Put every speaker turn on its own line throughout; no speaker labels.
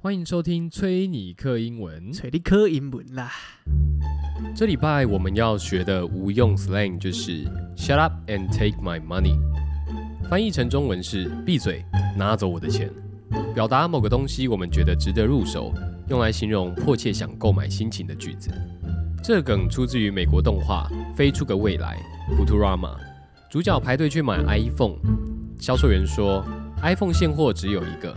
欢迎收听崔尼克英文。
找你考英文啦。
这礼拜我们要学的无用 slang 就是 “Shut up and take my money”，翻译成中文是“闭嘴，拿走我的钱”。表达某个东西我们觉得值得入手，用来形容迫切想购买心情的句子。这梗出自于美国动画《飞出个未来》（Futurama），主角排队去买 iPhone，销售员说 iPhone 现货只有一个，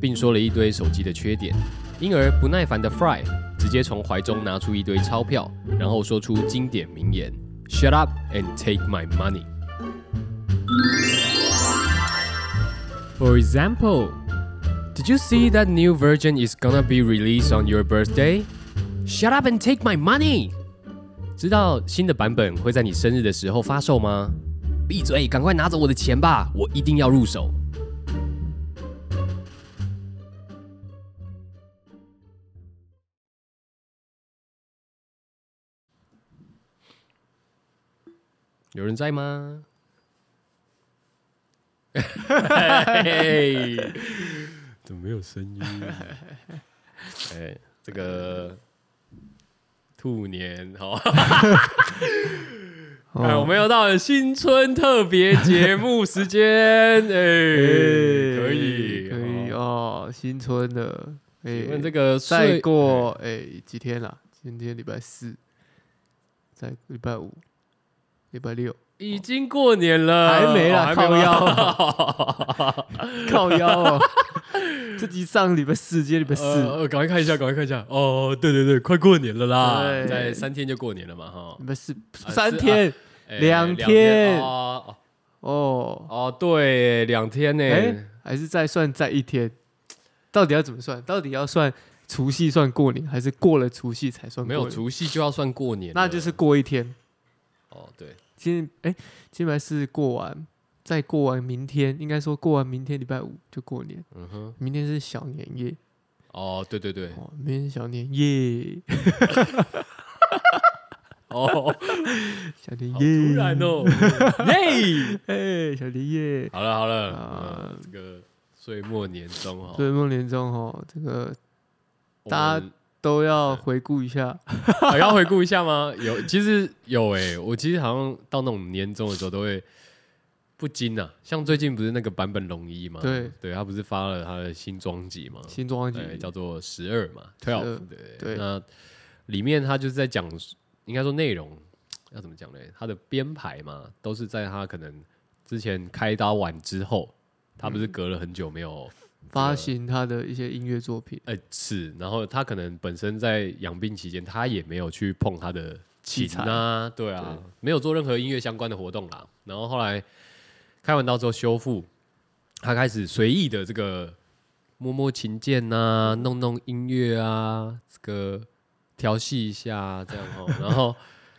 并说了一堆手机的缺点，因而不耐烦的 Fry 直接从怀中拿出一堆钞票，然后说出经典名言：“Shut up and take my money.” For example, did you see that new version is gonna be released on your birthday? Shut up and take my money. 知道新的版本会在你生日的时候发售吗？闭嘴，赶快拿走我的钱吧，我一定要入手。有人在吗？嘿怎么没有声音？ 哎、这个兔年好，
哦
哎，我们又到了新春特别节目时 间，哎、
诶
可以，
可以
好。
哦，新春的，哎
请问这个
再
岁
过哎几天啦？今天礼拜四，再礼拜五，礼拜六，
已经过年了，
还没啦
哦还
靠啊
吗
靠腰哦。这集上礼拜四，今天礼拜
呃，
四，
呃赶快看一下，赶快看一下。哦，对对对，快过年了啦，
对
在三天就过年了嘛，哈，
礼拜四
啊
三
是
天
哎
两天
哦哦
哦，
哦，对，两天呢。
哎，还是再算再一天，到底要怎么算？到底要算除夕算过年，还是过了除夕才算？
没有，除夕就要算过年了，
那就是过一天。
哦，对，
今哎、今天是过完，再过完明天，应该说过完明天礼拜五就过年，
嗯哼，
明天是小年夜
哦，对对对，
哦，明天是小年夜，
哦，
小年
好
夜，
突然 哦，耶！
哎，小年夜，
好了好了
啊，
嗯这个岁末年终哈，
所以梦年中哦，这个
我
大
们
家都要回顾一下，
啊要回顾一下吗？有，其实有诶、我其实好像到那种年终的时候都会不禁啊，像最近不是那个版本龙一嘛，
对，
对他不是发了他的新专辑嘛，
新装
对，哎
局
叫做十二嘛，twelve，
12
对对
对
那里面他就是在讲，应该说内容要怎么讲呢？他的编排嘛，都是在他可能之前开刀完之后，他不是隔了很久没有。
发行他的一些音乐作品，
呃，是，然后他可能本身在养病期间，他也没有去碰他的
器
琴啊，对啊，没有做任何音乐相关的活动啦。然后后来开完刀之后修复，他开始随意的这个摸摸琴键呐、弄弄音乐啊，这个调戏一下、啊、这样 哦，然后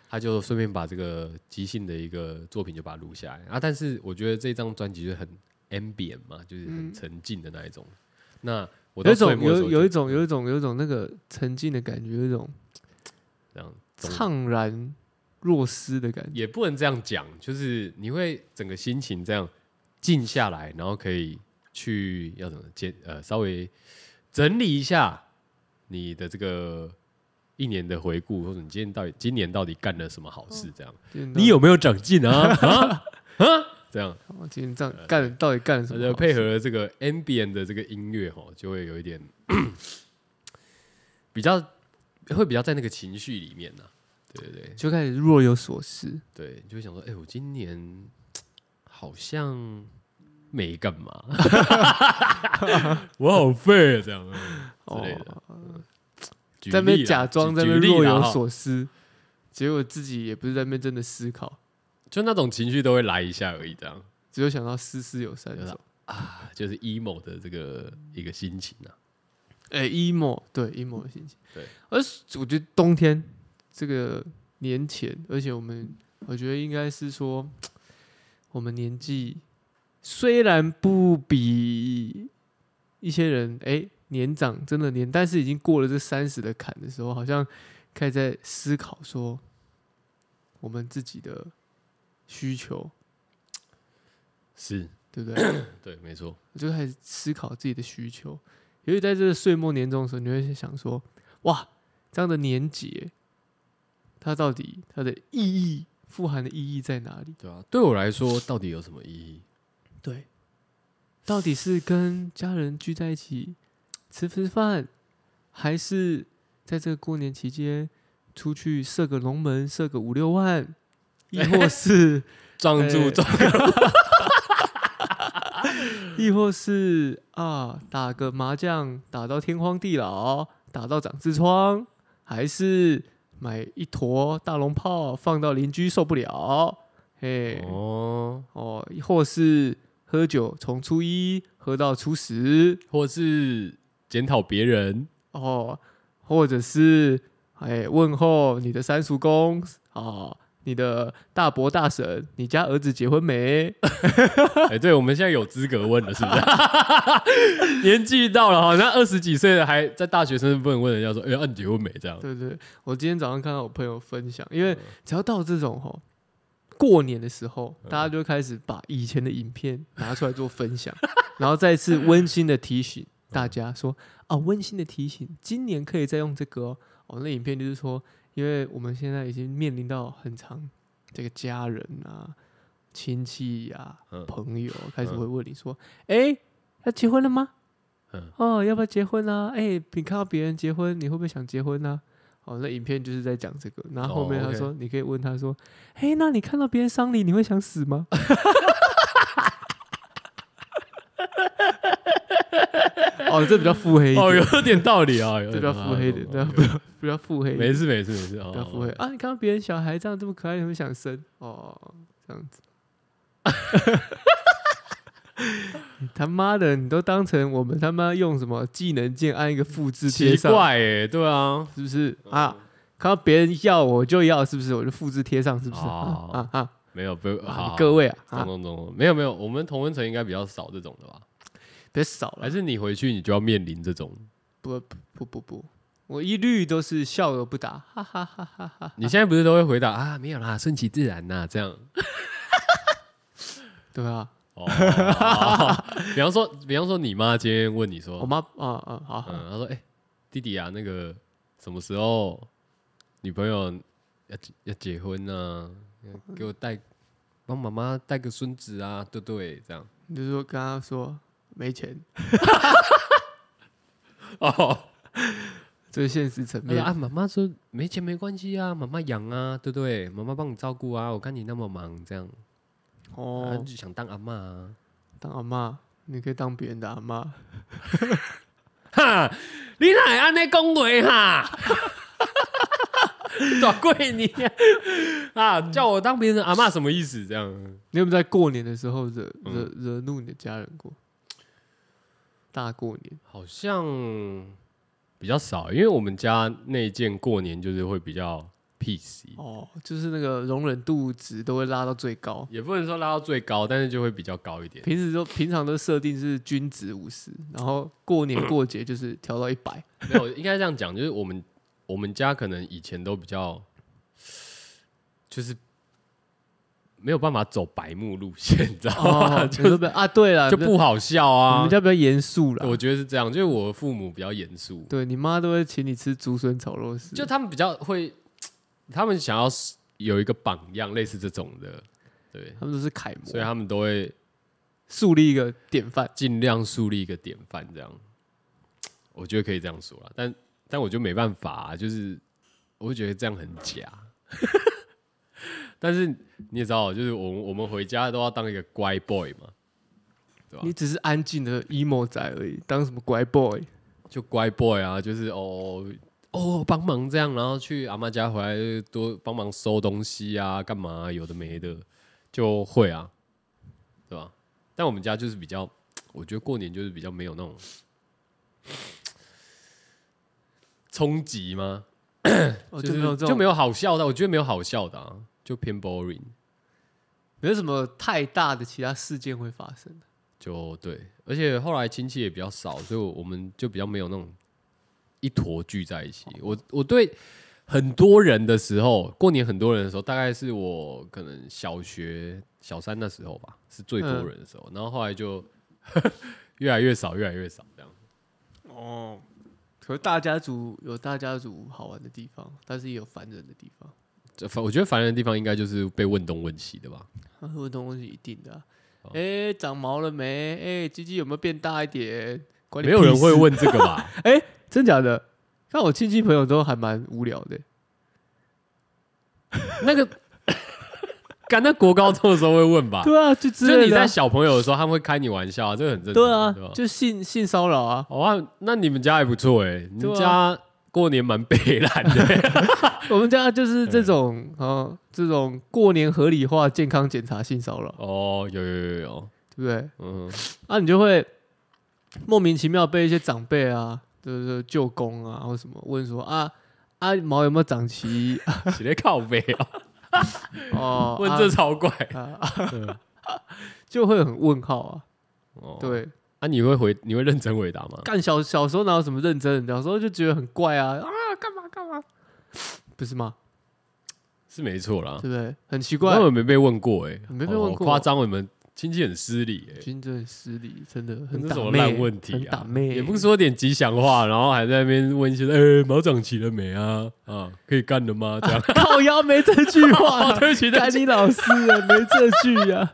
他就顺便把这个即兴的一个作品就把它录下来啊。但是我觉得这张专辑就很 ambient 嘛，就是很沉静的那一种。那我
嗯有
到
一种
岁末的时
有
候
有
就嗯
一种有一种有一种那个沉浸的感觉，有一种
这样懂
怅然若失的感觉，
也不能这样讲，就是你会整个心情这样静下来，然后可以去要怎么接呃稍微整理一下你的这个一年的回顾，或者你今天到底今年到底干了什么好事，
哦
这样、
见到
你有没有长进啊？ 啊啊，这样
我哦今天这样干了到底干了什
那
么
就
好
配
事
合了这个 ambient 的这个音乐哦，就会有一点 比较会比较在那个情绪里面呢、对对对，
就开始若有所思。
对，就会想说，哎、我今年好像没干 嘛，我好废啊，这 样嗯之类的。
哦，
举
在那边
例啦
假装
举
在那边
举
若
例啦
有
哈
所思，结果自己也不是在那边真的思考，
就那种情绪都会来一下而已，这样
只有想到思思有三
有啦
种。
就是 emo 的这个一个心情啊。
哎，emo，对 emo 的心情。
对，
而是我觉得冬天这个年前，而且我们我觉得应该是说，我们年纪虽然不比一些人哎年长，真的年，但是已经过了这三十的坎的时候，好像开始在思考说，我们自己的需求，
是，
对不对？
对，没错，
我就开始思考自己的需求，尤其在这个岁末年终的时候，你会想说，哇，这样的年节，它到底它的意义富含的意义在哪里？
对啊，对我来说到底有什么意义？
对，到底是跟家人聚在一起吃吃饭，还是在这个过年期间出去射个龙门，射个五六万，亦或是
撞住
对
撞，
亦或是啊打个麻将打到天荒地老，打到长痔疮，还是买一坨大龙炮放到邻居受不了，嘿。
哦，
哦，或是喝酒从初一喝到初十，
或是检讨别人，
哦，或者是哎问候你的三叔公哦，你的大伯大婶，你家儿子结婚没？
哎、对，我们现在有资格问了，是不是？年纪到了，好像二十几岁的还在大学生问问人家说，哎、呀，啊你结婚没？这样，
对对，我今天早上看到我朋友分享，因为只要到这种吼、过年的时候，大家就开始把以前的影片拿出来做分享， 然后再次温馨的提醒大家说啊，温馨的提醒，今年可以再用这个哦。哦那影片就是说，因为我们现在已经面临到很长这个家人啊、亲戚呀、
嗯
朋友开始
嗯
会问你说，哎、要结婚了吗？
嗯
哦，要不要结婚啊？哎、你看到别人结婚，你会不会想结婚呢、哦，那影片就是在讲这个，然后后面
哦
他
，OK
说，你可以问他说，哎、那你看到别人丧礼，你会想 死吗？哦，这比较腹黑一点，
哦，有点道理啊，有
这
点
比较
道
腹
理
黑一点，
有点
这
道
样
理
比较比较腹黑一点，
哎没事没事没事，
不要
哦
腹黑啊！你看到别人小孩这样这么可爱，你会想生哦？这样子， 你他妈的，你都当成我们他妈用什么技能键按一个复制贴
奇
上，
怪哎，对啊，
是不是啊？看到别人要我就要，是不是？我就复制贴 上，是不是？啊
哦
啊啊
没有不要
啊！
好
你各
位
位啊，
懂
啊
懂懂，没有没有，我们同温层应该比较少这种的吧？
别少了
还，是你回去你就要面临这种？
不不不不不，我一律都是笑而不答，哈哈哈哈哈哈。
你现在不是都会回答啊，没有啦，顺其自然呐，这样。
对啊，
哦，比方说，比方说，你妈今天问你
我
说，
妈啊啊好好，
嗯，她说，哎、弟弟啊，那个什么时候女朋友要结要结婚呢、啊？给我带，帮妈妈带个孙子啊，对不对？这样。
你就说跟她说没钱，
哦，
这是现实层
没
面
有啊，妈妈说没钱没关系啊，妈妈养啊，对不对？妈妈帮你照顾啊，我看你那么忙，这样，啊、
哦
就。想当阿妈啊。
当阿妈，你可以当别人的阿妈。
哈，你哪会安尼讲话哈？ 大过年啊，叫我当别人阿妈什么意思？这样
你有没有在过年的时候惹
嗯
惹惹怒你的家人过？大过年，
好像比较少，因为我们家那一件过年就是会比较 peace，一点
哦，就是那个容忍度值都会拉到最高。
也不能说拉到最高，但是就会比较高一点。
平时都平常都设定是均值五十，然后过年过节就是调到一百。
没有，应该这样讲，就是我们我们家可能以前都比较，就是没有办法走白目路线，你知道吗？
哦，
就
就是啊，对了，
就不好笑啊。
我们家比较严肃
我
了。
觉得是这样，就是我的父母比较严肃，
对你妈都会请你吃竹笋炒肉丝，
就他们比较会，他们想要是有一个榜样，类似这种的，对，
他们都是楷
所以
模，
他们都会
树立一个典范。
尽量树立一个典范，这样，我觉得可以这样说啦，但但我就没办法啊、就是我会觉得这样很假。 但是你也知道，就是我们我们回家都要当一个乖 boy 嘛，吧
你只是安静的 emo 仔而已，当什么乖 boy？
就乖 boy 啊，就是哦哦帮忙这样，然后去阿妈家回来就多帮忙收东西啊，干嘛啊、有的没的就会啊，对吧？但我们家就是比较，我觉得过年就是比较没有那种冲击吗？
哦，
就
就是没有这种，
就没有好笑的，我觉得没有好笑的啊，就偏 boring，
没有什么太大的其他事件会发生。
就对。而且后来亲戚也比较少，所以我我们就比较没有那种一坨聚在一起。我我对很多人的时候，过年很多人的时候，大概是我可能小学小三那时候吧，是最多人的时候。然后后来就越来越少，越来越少这样。
可是大家族有大家族好玩的地方，但是也有烦人的地方。
这烦，我觉得烦人的地方应该就是被问东问西的吧。
啊，这种东西一定的、啊。哎、
哦
长毛了没？哎、鸡鸡有没有变大一点？哦关你
没有
屁
人会
事，
问这个吧？
真假的？看我亲戚朋友都还蛮无聊的、
那个，敢在国高中的时候会问吧？
对啊，就之
就
类
你
的啊、
在小朋友的时候，他们会开你玩笑、啊，这个很正常。
对啊
对吧，
就性性骚扰啊，
好啊，那你们家还不错哎、你们
对啊
家过年蛮北蓝 的、
我们家就是这种
嗯
哦，这种过年合理化健康检查性骚扰，
哦，有有有有，
对不对？
嗯，
啊，你就会莫名其妙被一些长辈啊，就是舅公啊或什么问说啊啊毛有没有长齐
直接靠背哦，
哦，
问
啊
这嗯超怪。
啊， 就会很问号啊。
哦，
对，
啊，你会回，你会认真回答吗？
干小小时候哪有什么认真的，小时候就觉得很怪啊啊，干嘛干嘛，不是吗？
是没错啦
对，不对？很奇怪
啊我，们没被问过哎、
没被问
哦
过
夸张，我们亲戚很失礼哎、
军政失礼真的很
这
打
什么
妹
烂问题
很
啊
打？妹，
也不说点吉祥话，然后还在那边问一些，呃，毛长齐了没啊？啊，可以干了 吗？这样，
靠腰没这句话
哦，，对不起，对不
赶
起，
你老师啊，没这句啊，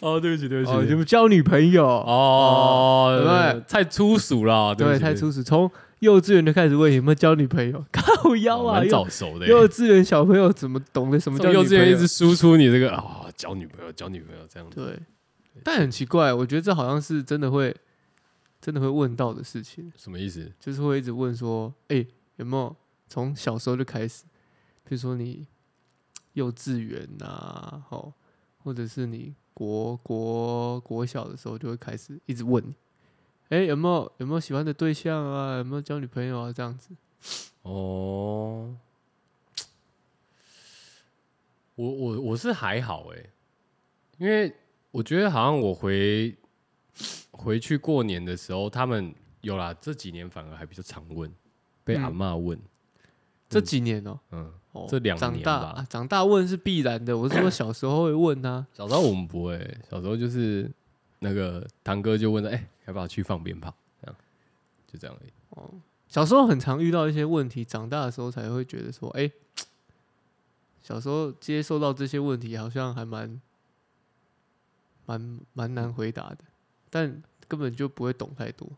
哦，对不起，对哦不
哦，你
起，
们交女朋友，
哦，
对不
太粗俗了，不
对，
起
太粗俗，从幼稚园就开始问有没有交女朋友， 靠腰
哦
啊，
蛮
幼
早熟的耶，
幼稚园小朋友怎么懂得什么叫
从幼
女
稚
朋
园一
友
直输出你这个啊，交女朋友，交女朋友这样子，
对，但很奇怪，我觉得这好像是真的会，真的会问到的事情，
什么意思？
就是会一直问说，哎、有没有从小时候就开始，比如说你幼稚园呐、啊，哦，或者是你国国国小的时候就会开始一直问你，哎、有没有有没有喜欢的对象啊，有没有交女朋友啊，这样子，
哦，我我我是还好哎、因为我觉得好像我回回去过年的时候，他们有啦，这几年反而还比较常问，被
嗯
阿嬷问，
这几年哦、
嗯，
哦，
这两
长
年
大、
吧
啊、长大问是必然的，我是说小时候会问啊，
小时候我们不会、小时候就是那个堂哥就问他，哎、要不要去放鞭炮？这样就这样而已。
小时候很常遇到一些问题，长大的时候才会觉得说，哎、小时候接受到这些问题，好像还蛮蛮蛮难回答的，但根本就不会懂太多，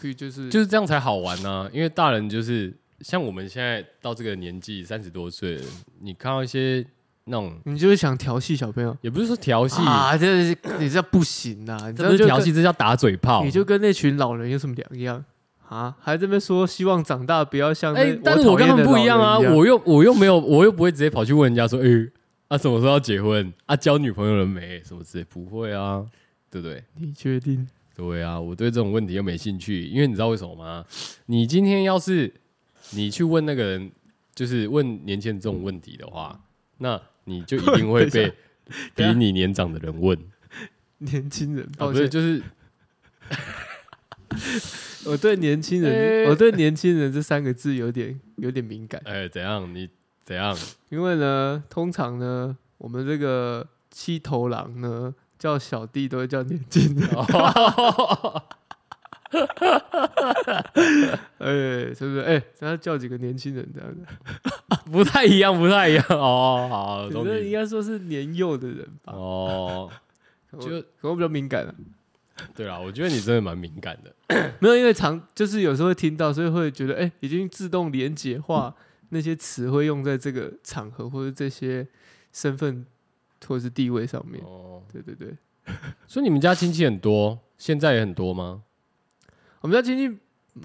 所以就是
就是这样才好玩呢、因为大人就是像我们现在到这个年纪，三十多岁了，你看到一些那种，
你就是想调戏小朋友
也不是说调戏，
啊，这是你这不 行啊，你
这不是
就
调戏，这叫打嘴炮。
跟，你就跟那群老人有什么两样啊？还在那边说希望长大不要像那
哎、但是
我
我跟
讨
他
厌
们
的
不
老人
一
一
样啊，
我
我又我又没有，我又不会直接跑去问人家说，哎、啊什么时候要结婚？啊交女朋友了没？什么之类，不会啊，对不对？
你确定？
对啊，我对这种问题又没兴趣，因为你知道为什么吗？你今天要是你去问那个人，就是问年轻人这种问题的话，那你就一定会
等一哦
被比你年长的人问。
年轻人，
啊，
抱
不
歉
是，，就是
我对年轻人，
欸
我对年轻人这三个字有点有点敏感，
哎、怎样？你怎样？
因为呢，通常呢，我们这个七头狼呢，叫小弟都会叫年 轻人，
哦
哎、是不是？哎、然后叫几个年轻人这样子，
不太一样，不太一样哦。好，
我
终
觉得应
于
该说是年幼的人吧，
哦，
我
就
可我比较敏感啊，
对啦，我觉得你真的蛮敏感的。
没有，因为常就是有时候会听到，所以会觉得哎、已经自动连结化那些词汇用在这个场合或者这些身份或者是地位上面，
哦，
对对对。
所以你们家亲戚很多，现在也很多吗？
我们家亲戚
不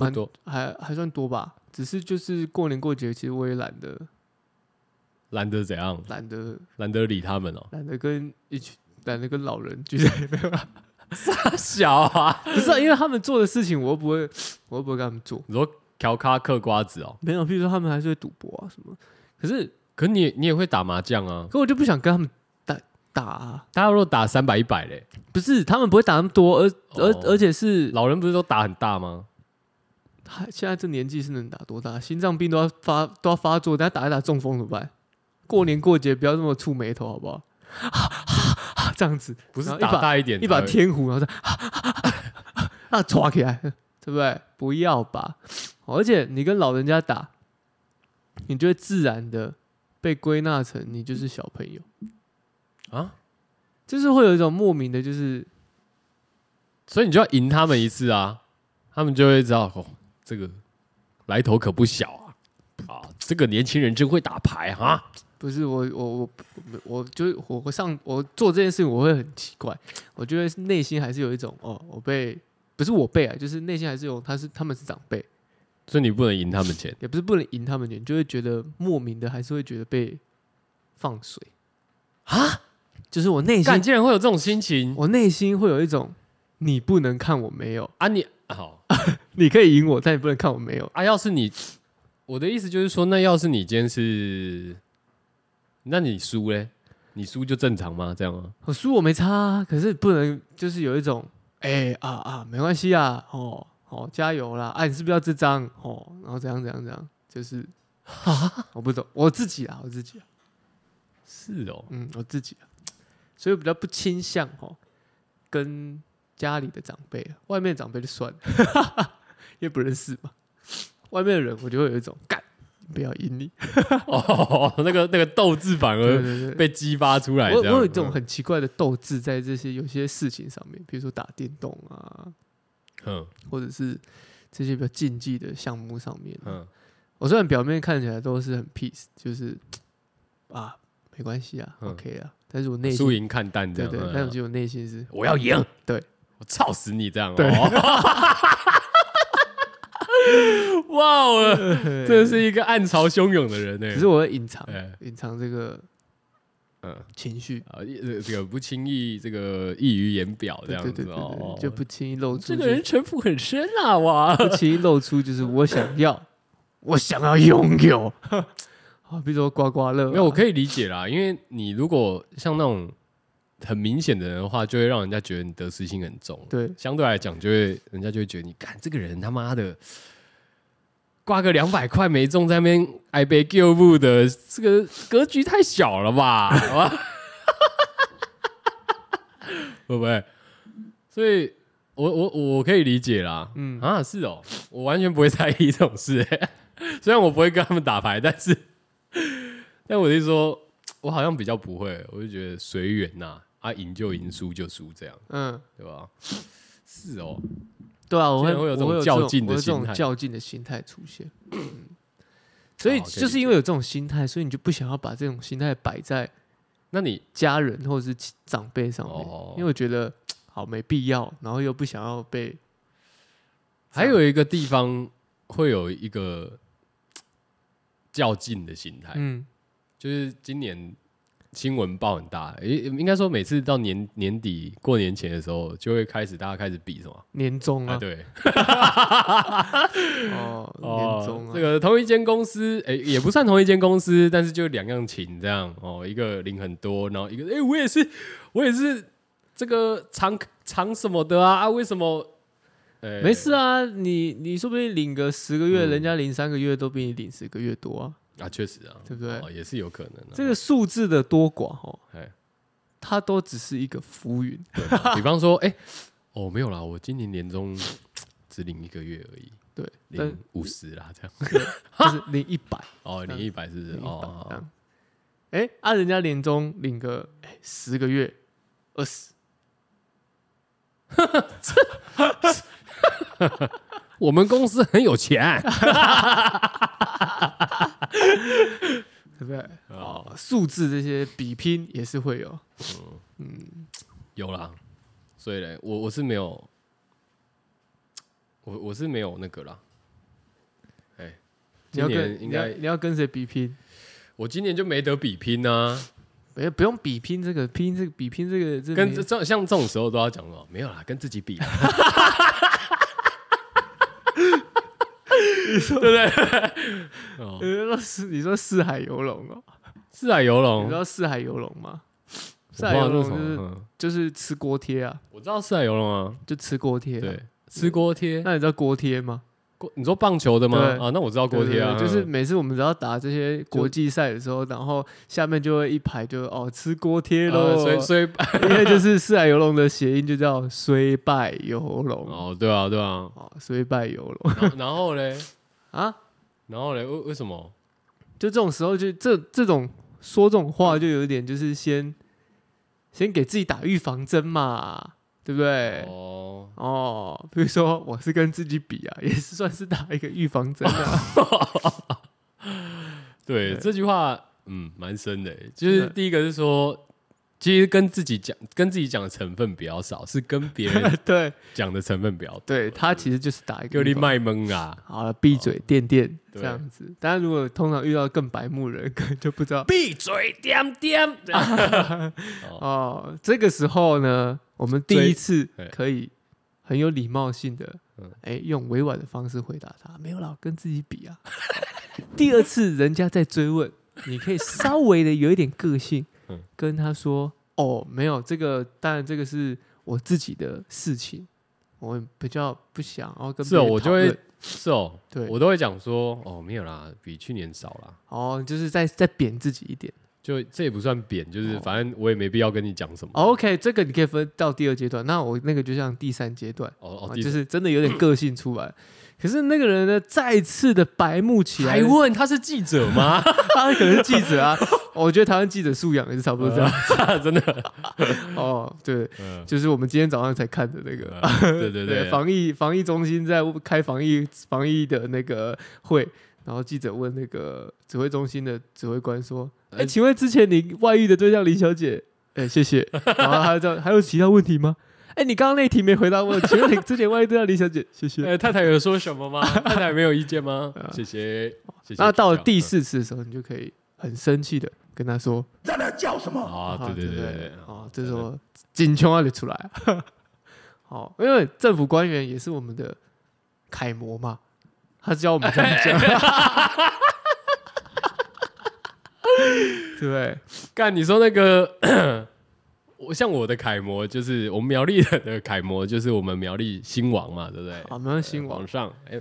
蛮
多，
还还算多吧，只是就是过年过节，其实我也懒得
懒得怎样？
懒得
懒得理他 们哦。
懒得跟一群懒得跟老人聚在，
小啊，
不是、啊、因为他们做的事情，我又不会，我又不会跟他们做。
你说调咖嗑瓜子哦，
没有，譬如说他们还是会赌博啊什么，可是
可你也你也会打麻将啊？
可我就不想跟他们打打、啊，
大家如果打三百一百嘞，
不是他们不会打那么多，而而、
哦
而且是
老人不是都打很大吗？
他现在这年纪是能打多大？心脏病都要发都要发作，等下打一打中风怎么办？过年过节不要这么触眉头好不好？ 这样子。
不是
然后一
打
把
大一点才
一
会，
把 天胡，然后再啊抓起来，对不对？不要吧，哦而且你跟老人家打，你就会自然的被归纳成你就是小朋友，
啊，
就是会有一种莫名的，就是
所以你就要赢他们一次啊，他们就会知道哦，这个来头可不小啊，啊，这个年轻人真会打牌啊哈、
不是我我我我就是我我上我做这件事情我会很奇怪，我觉得内心还是有一种哦，我被不是我被啊，就是内心还是有他是他们是长辈，
所以你不能赢他们钱
也不是不能赢他们，你就会觉得莫名的还是会觉得被放水
啊，
就是我内
干
心
竟然会有这种心情
我内心会有一种你不能看我没有，
啊你！好，
你可以赢我，但你不能看我没有。
啊，要是你，我的意思就是说，那要是你今天是，那你输嘞，你输就正常吗？这样吗？
我输我没差、啊，可是不能就是有一种，哎、啊啊，没关系啊，哦哦，加油啦，啊，你是不是要这张？哦，然后怎样怎样怎样，就是啊，我不懂，我自己啊，我自己啊，
是哦，
嗯，我自己啊，所以我比较不倾向哦，跟家里的长辈啊，外面的长辈就算了， 因为不认识嘛，外面的人我就会有一种干，不要赢你，
哦，那个那个斗志反
对
而
对对，
呃被激发出来，
我
这
我
样嗯
有一种很奇怪的斗志在这些有些事情上面，比如说打电动啊，
嗯
或者是这些比较竞技的项目上面。
嗯
我虽然表面看起来都是很 peace，就是啊没关系啊、
嗯
o k 啊，但是我内
嗯，输
心
赢看淡这
对
样，
对，
嗯
但是我内心 是
我要赢，
对
我操死你这样，
对
哦， 哇哦，
这
这是一个暗潮汹涌的人呢，
只是我会隐藏
哎
隐藏这个
嗯
情绪，
啊，一呃这个不轻易这个溢于言表这
对
样
对对
子
对
哦
对，，就不轻易露出
这
就，
个人城府很深啊，哇，
不轻易露出就是我 想要，我想要拥有。 好，比如说刮刮乐啊，
没有，我可以理解啦，因为你如果像那种很明显的人的话，就会让人家觉得你得失心很重。，
对，
相对来讲，就会人家就会觉得你干这个人他妈的挂个两百块没中，在那边挨被 Q 步的，这个格局太小了吧？好吧 会不会？所以我我我可以理解啦。嗯
嗯
啊，是哦，我完全不会在意这种事、欸。 虽然我不会跟他们打牌，但是，但我是说，我好像比较不会，我就觉得随缘呐，啊，赢就赢，输就输，这样
嗯，
对吧？是哦，
对啊，我
竟
会
然会有
我
这种
有
较
这
劲的
我有这
心
种
态
较劲的心态出 现。嗯，所以
好可以
就是因为有这种心态，所以你就不想要把这种心态摆在
那你
家人或者是亲长辈上面，
哦
因为我觉得好没必要，然后又不想要被
还有一个地方会有一个较劲的心态，
嗯
就是今年新闻报很大，诶，应该说每次到年年底过年前的时候，就会开始大家开始比什么
年终
啊？
啊，
对，
哦，
哦，
年终啊，
这个同一间公司，哎、也不算同一间公司， 但是就两样情这样哦，一个领很多，然后一个哎、我也是，我也是这个藏藏什么的啊啊，为什么？呃
没事啊，你你说不定领个十个月，
嗯
人家领三个月都比你领十个月多啊，
啊，确实啊，
对不对
哦，也是有可能、啊。
这个数字的多寡哦，
哎，
它都只是一个浮云，
比方说，哎、哦，没有啦，我今年年终只领一个月而已，
对，但
领五十啦，这样。
就是领一百。
哦，领一百是不是？
领一百
哦，
这
哦
样。哎、啊，人家年终领个十、10个月，二十，
我们公司很有钱
对不对？
哦，
数字这些比拼也是会有，
有啦，所以嘞，我我是没有，我我是没有那个啦。哎、
你
今
要
年
跟
应
你要
该
你要跟谁比拼？
我今年就没得比拼啊，
没不用比拼这个，拼这个比拼这个，这
跟
没
这这像这种时候都要讲哦，没有啦，跟自己比啦， 对不对？哦，
呃，是你说四海游龙哦，
四海游
你
龙
知，道四海游龙吗？
哦我
四海游
不知道
龙
是什
就
么
是
嗯
就是吃锅贴啊，
我知道四海游龙啊，
就吃锅贴啊、
对，吃锅贴，
那你知道锅贴吗？
锅你说棒球的吗？
对
啊，那我知道锅贴啊，
对对对就是
嗯
每次我们只要打这些国际赛的时候，然后下面就会一排就哦吃锅贴喽、
呃 所以所以
因为就是四海游龙的谐音就叫虽败犹荣
哦，对啊，对啊，
哦，虽败犹荣。
然后然后嘞，
啊，
然后嘞，为为什么？
就这种时候就这这种说这种话就有点就是先先给自己打预防针嘛，对不对？
哦，
哦，比如说我是跟自己比啊，也是算是打一个预防针啊。
对，
对
这句话嗯蛮深的欸，就是
对
第一个是说，其实跟自己讲跟自己讲的成分比较少，是跟别人
对
讲的成分比较多。
对，他其实就是打一
给
个预
你
防。
卖萌啊，
好了，闭嘴，垫垫
对
这样子。当然，如果通常遇到更白目的人，可能就不知道
闭嘴，点 点。这样
哦。这个时候呢，我们第
追
一次
对
可以很有礼貌性的
嗯，
哎，用委婉的方式回答他，没有啦，跟自己比啊。 第二次人家在追问，你可以稍微的有一点个性
嗯，
跟他说：“哦，没有这个，当然这个是我自己的事情，我比较不想要跟
是哦，
别人
我就
讨论
会是哦，
对
我都会讲说哦没有啦，比去年少啦。
哦，就是再再贬自己一点。
就这也不算扁，就是
哦
反正我也没必要跟你讲什么。哦
OK，这个你可以分到第二阶段，那我那个就像第三阶段，
哦
啊，
第
就
四
是真的有点个性出来。可是那个人呢，再次的白目起来
还，问他是记者吗？
他可能是记者啊，我觉得台湾记者素养也是差不多这样。
真 的，
哦，对，
嗯，
就是我们今天早上才看的那个。
对对对，
防疫防疫中心在开防疫防疫的那个会，然后记者问那个指挥中心的指挥官说：“哎、
呃
请问之前你外遇的对象林小姐？”哎、谢谢。然后他就还有其他问题吗？哎、你刚刚那题没回答我，请问你之前外遇对象林小姐？谢谢。
呃，太太有说什么吗？太太没有意见 吗？谢谢，谢谢。
嗯那到了第
这样
四次的时候，你就可以很生气的跟他说
嗯：“啊，对对对对对，
啊，这时候紧穷啊，你出来。 好，因为政府官员也是我们的楷模嘛，他教我们这 样讲，对不对？
干，你说那个，我像我的楷模就是我们苗栗人的楷模就是我们苗栗新王嘛，对不对？
好，没有新
王
王
上，哎，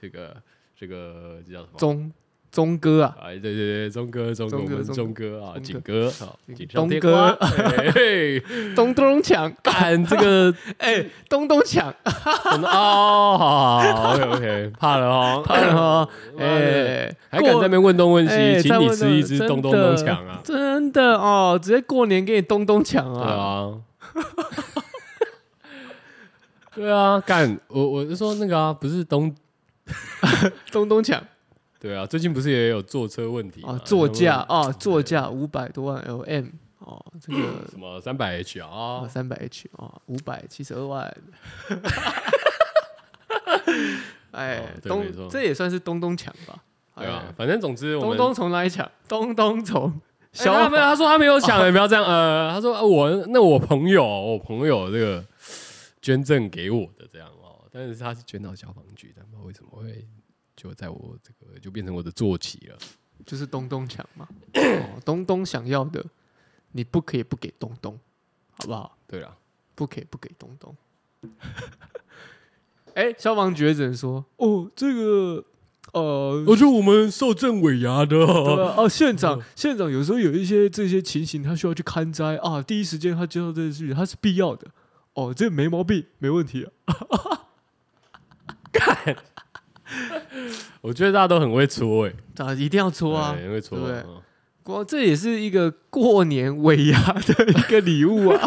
这个这个这叫什么？
钟钟哥啊，
哎，对对对，钟哥，钟哥，我
钟哥
们钟
钟
哥啊，景
钟哥
哥，好，
景
锦上
东
添
哥
花，嘿嘿嘿
咚咚锵，
干这个
哎，咚咚锵，
真的哦，好好，OK OK，怕 了哦，
哦，
妈的，
哎，
还敢在那
过
边问东问西，
哎
请
再
你
问
吃一
了
只
真
东东
的
东强啊，
真的哦，直接过年给你咚咚锵
对
啊！
啊，对啊，干我我是说那个啊，不是东。
咚咚锵
对啊，最近不是也有坐车问题
啊
嘛，
座驾
然后
啊，座驾五百多万 LM 哦，这个
什么三百 H 啊
啊，，三百 H 啊，五百七十二万。哎
哦，对没错
东这也算是东东抢吧？
对啊
哎，，
反正总之我
东
们
东从哪里抢？东东从
哎他
小
没有，他说他没有
哦
抢，你不要这样。呃，他说呃我那我朋友，我朋友这个捐赠给我的这样哦，但是他是捐到消防局，但不知道为什么会就在我这个就变成我的坐骑了。
就是东东抢嘛。哦，东东想要的，你不可以不给东东，好不好？
对啊啦，
不可以不给东东。 哎，消防局也只能说哦，这个呃，
我觉得我们受政尾牙的
对
哦，
啊，哦，县长，县长有时候有一些这些情形，他需要去看灾啊，第一时间他接到这件事情，他是必要的。哦，这没毛病，没问题啊。
我觉得大家都很会搓哎，
啊，一定要搓啊！
对很会搓。
对不对
嗯
光这也是一个过年尾牙的一个礼物 啊。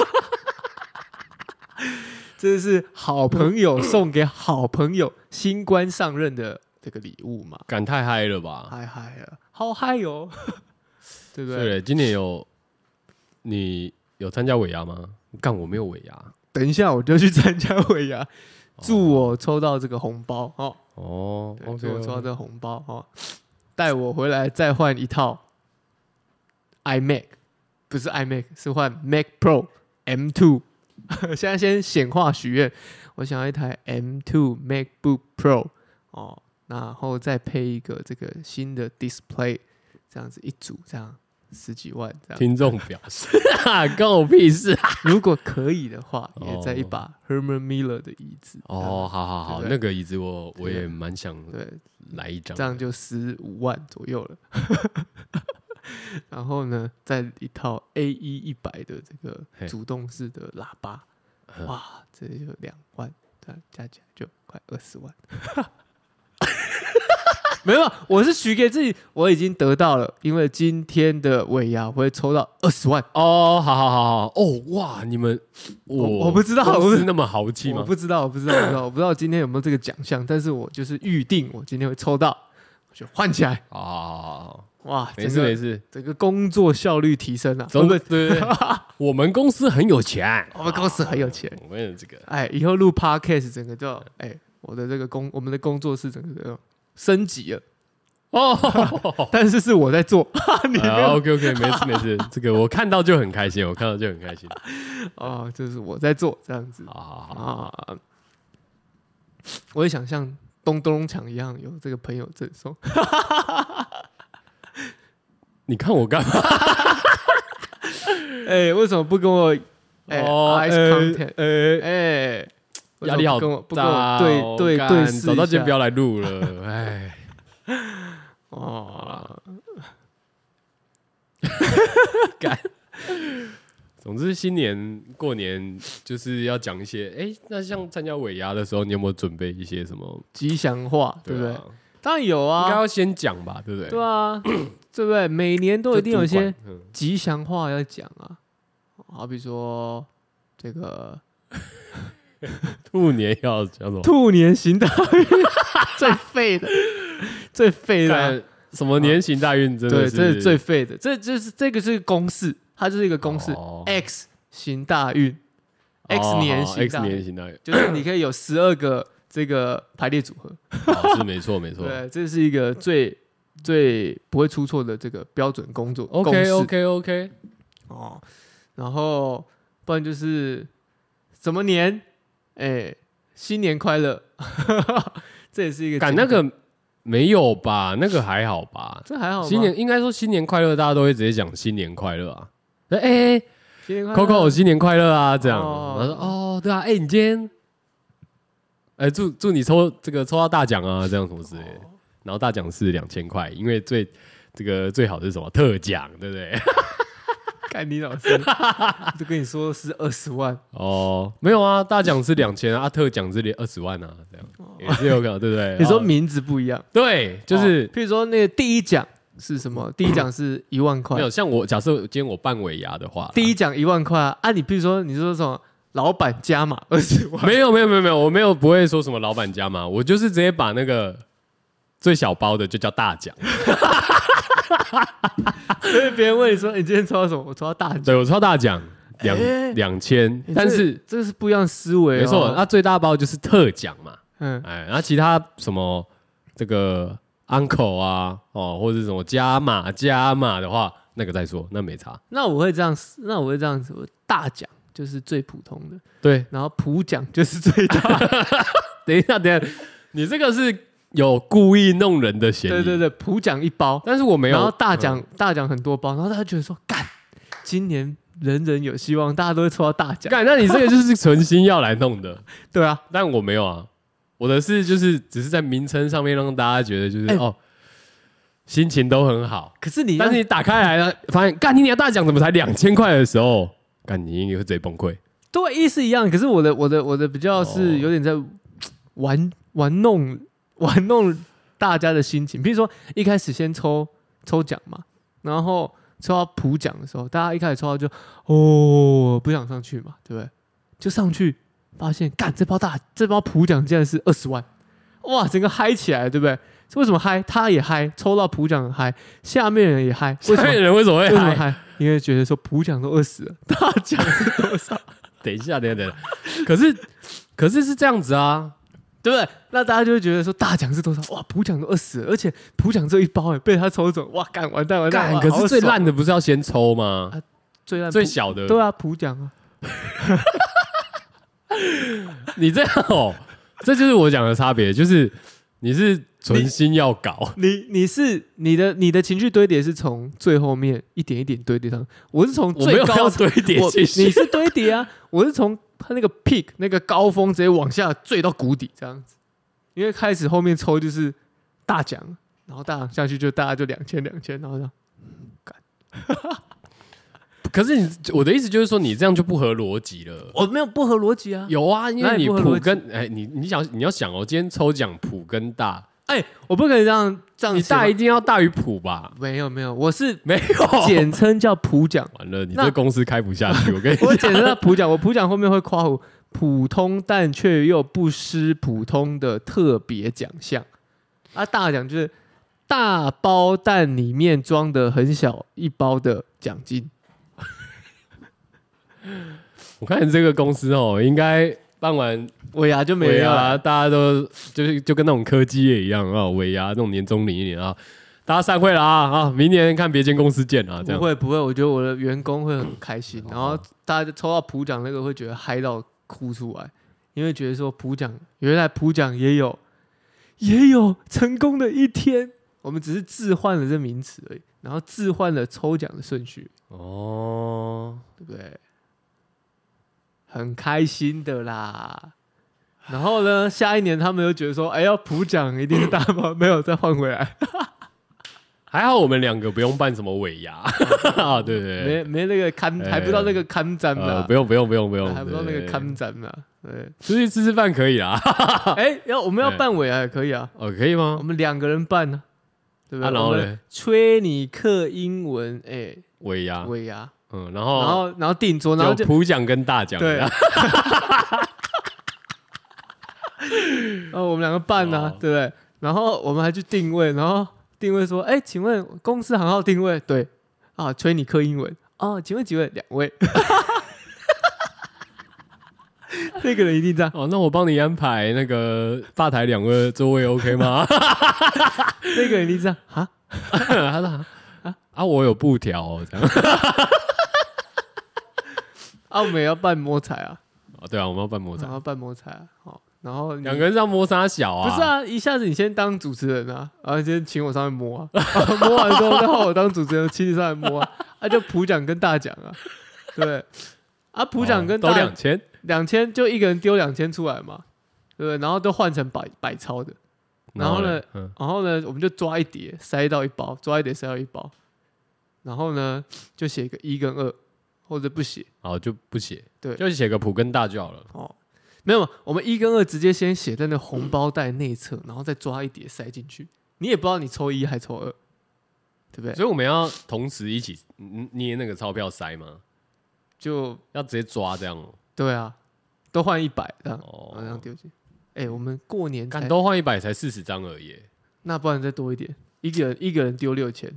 这是好朋友送给好朋友新官上任的这个礼物嘛？
敢太嗨了吧？
嗨嗨啊，好嗨哦， 对不对？
对，今年有你有参加尾牙吗？干，我没有尾牙
等一下我就去参加尾牙，祝我抽到这个红包哦。
哦。
对
OK，
祝我抽到这个红包哦，带我回来再换一套 iMac，不是 iMac，是换 Mac Pro M2。现 在先显化许愿，我想要一台 M2 MacBook Pro 哦，然后再配一个这个新的 display，这样子一组，这样十几万这样。
听众表示， 哈哈关我屁事 啊！
如果可以的话，
哦
也再一把 Herman Miller 的椅子
哦，，好好好，
对不对
那个椅子我我也
对
蛮想
这样对，
来一张
这。样就十五万左右了。 然后呢，再一套 A 一一百的这
嘿
个主动式的喇叭，
嗯
哇，这就两万，这样加起来就快二十万。 没有，我是许给自己，我已经得到了，因为今天的尾牙我会抽到二十万，
哦，好好好好，哦哇，你们我
我我不知道
公司
我不
那么豪气
我
吗？
不知道，我不知道，我不知道，我不知道今天有没有这个奖项，但是我就是预定我今天会抽到，我就换起来，
好好好好，
哇，
没
整
事没
个
事，
整个工作效率提升啊，
总
我们
对 对对，我们公司很有钱，
我们公司很有钱，
我们有这个
哎，以后录 podcast 整个就哎，我的这个工我们的工作室整个就升级了，
哦。
但是是我在做， 你没有
OK OK，没啊事没事，这个我看到就很开心，我看到就很开心。
啊，就是我在做这样子
好好好，
啊，我也想像咚咚锵一样有这个朋友赠 送，
你看我干嘛？
哎，为什么不跟我哎
哦，
eyes
呃
contact，
呃
哎，为什么
压力好
不跟我不跟
大
我
哦，
对对
干
对视一下，
早知道今天不要来录了，哎，
哦，
总之新年过年就是要讲一些，哎，那像参加尾牙的时候，你有没有准备一些什么？
吉祥话对不
啊
对？当然有
应该
啊，
要先讲吧，对不对？
对啊， 对不对？每年都
就
一定有一
主管
些。
嗯
吉祥话要讲啊，好比说这个
兔年要讲什么？
兔年行大运 最废的，最废的啊，
看什么年行大运真的
对，这
是
是最废的，这就是这个是公式，它就是一个公式、
哦
x 行大运，x
哦
年
好
行
X
大
年
运，
行大运，
就是你可以有十二个这个排列组合，
哦好是没错没 错。
对，这是一个最最不会出错的这个标准工作
OK
公式
OK OK，
哦，然后不然就是什么年，哎，新年快乐， 这也是一个
赶
简
那
单，
个没有吧？那个还好吧？
这还好吗
新年应该说新年快乐，大家都会直接讲新年快乐啊。哎哎哎
新年快乐
，Coco 新年快乐啊，这样。
哦
然后说哦，对啊，哎你今天，哎祝祝你抽这个抽到大奖啊，这样什么之类
哦
的。然后大奖是两千块，因为最这个最好的是什么特奖，对不对？
干你老师， 就跟你说是二十万，
哦，没有啊，大奖是两千啊，啊特奖是二十万啊，这样也是有可能，对不对？
哦 你说
哦
名字不一样，
对，就是
哦譬如说那个第一奖是什么？第一奖是一万块
没，有像我假设今天我办尾牙的话，
第一奖一万块啊，啊你譬如说你说什么老板加码二十 万，
没有没有没有没有，我没有不会说什么老板家嘛，我就是直接把那个最小包的就叫大 奖，
所以别人问你说你今天抽到什么？我抽到大奖，
对我超大奖
哎
两两千
哎，
但
这
是
这是不一样的思维哦，
没错，啊那最大包就是特奖嘛，
嗯，
哎，然后其他什么这个 uncle 啊，哦或者是什么加码加码的话，那个再说，那没差，
那我会这样，那我会这样子，我大奖就是最普通的，
对，
然后普奖就是最大。
等一下，等一下，你这个是有故意弄人的嫌疑。
对对对，普奖一包，
但是我没有。嗯
然后大奖、大奖很多包，然后大家觉得说，干，今年人人有希望，大家都会抽到大
嗯
奖。
干，那你这个就是存心要来弄的，
对啊，
但我没有啊。我的是就是只是在名称上面让大家觉得就是、
哎
哦，心情都很好。
可是你要
但是你打开来了，发现干你俩大奖怎么才两千块的时候，干你应该会直接崩溃。
对意思一样，可是我的我的我的比较
哦
是有点在玩玩弄玩弄大家的心情。比如说一开始先抽抽奖嘛，然后抽到普奖的时候，大家一开始抽到就哦不想上去嘛，对不对？就上去发现干这包大这包普奖竟然是二十万，哇，整个嗨起来了，对不对？为什么嗨？他也嗨，抽到普奖很嗨，下面人也嗨，为
为
什
什
么
么？人为什么会
为什么
嗨？
嗨？因为觉得说普奖都二十了，大奖是多少？
等一下，等一下，等一下。可是可是是这样子啊，
对不对？那大家就会觉得说大奖是多少？哇，普奖都二十，而且普奖只有一包哎，被他抽走，哇，干完蛋完蛋！
干
哇
可
好
是最
爽
烂的不是要先抽吗？
啊最烂
嗯最
普
小的
对啊，普奖啊，
你这样哦，这就是我讲的差别，就是你是存心要搞，
你你是你的你的情绪堆叠是从最后面一点一点堆叠上，我是从
我没有
最
要
高
堆叠
我
进
你
去。
是堆叠啊，我是从他那个 peak 那个高峰直接往下坠到谷底这样子，因为开始后面抽就是大奖，然后大奖下去就大家就两千两千，然后这样
可是你我的意思就是说，你这样就不合逻辑了。
我没有不合逻辑啊，
有啊，因为
那
你
也不合
普
逻辑
跟哎，你你想你要想哦，今天抽奖普跟大
哎、我不可以让这样
你
写吧
大一定要大于普 吧？
没有没有，我是
没有，
简称叫普讲，
完了，你
那
这公司开不下 去，我跟你
我
讲，
简称叫普讲，我普讲后面会夸我普通但却又不失普通的特别奖项啊，大奖就是大包但里面装的很小一包的奖金，
我看这个公司哦，应该办完
尾牙就没
尾
有了。
牙，大家都就是就跟那种科技业一样啊，尾牙那种年终领一领啊，大家散会啦啊，啊明年看别间公司见啊，这
不
样嗯哦
会不会，我觉得我的员工会很开心，然后大家抽到普奖那个会觉得嗨到哭出来，因为觉得说普奖原来普奖也有也有成功的一天，我们只是置换了这名词而已，然后置换了抽奖的顺序，
哦，
对不对？很开心的啦。然后呢，下一年他们又觉得说，哎呀，普奖一定是大包，没有再换回来，
还好我们两个不用办什么尾牙， 啊对对对，
啊没没那个看，还不到那个看展
呃
呢
不，用不用不用不用，
还不到那
对
个
对
看展呢， 对。
出去吃吃饭可以啦，
哎，要我们要
哎
办尾牙也可以啊，
哦可以
我
吗？
们两个人办呢、对不对？
啊然后
我们
嘞
吹你克英文，哎，
尾牙，
尾牙，
嗯，然
然
后
后然后定桌，然后
就
就
普奖跟大奖，
对， 然后我们两个办呢、
哦
对不对？然后我们还去定位，然后定位说，哎，请问公司行号定位？对，啊，吹你克英文，哦，请问几位？两位。 这个人一定这样，
哦，那我帮你安排那个吧台两个座位 OK 吗？
那个人一定这样啊，
他说啊啊，我有布条、哦、这样。
啊，我们也要办摸彩 啊，
哦，对啊，我们要办摩
然
擦，
后办摸彩啊，好，然后你
两个人让摩擦小啊。
不是，啊，一下子你先当主持人啊，然后先请我上来摸啊， 摸完之后再换我当主持人，请你上来摸啊，啊就普奖跟大奖啊，对，啊普奖跟
哦都
大
两千，
两千就一个人丢两千出来嘛，对不对？然后都换成百百钞的，然后呢
嘞，嗯，
然后呢我们就抓一叠塞到一包，抓一叠塞到一包，然后呢就写个一跟二，或者不写
好就不写，
对
就写个普跟大就好了。
哦。没有，我们一跟二直接先写在那红包袋内侧，然后再抓一叠塞进去。你也不知道你抽一还抽二，对不对？
所以我们要同时一起嗯捏那个钞票塞吗？
就
要直接抓这样哦。
对啊，都换一百这样，然后这样
哦，
丢进去。哎、我们过年才
敢都换一百才四十张而已。
那不然再多一点，一个人一个人丢六 千。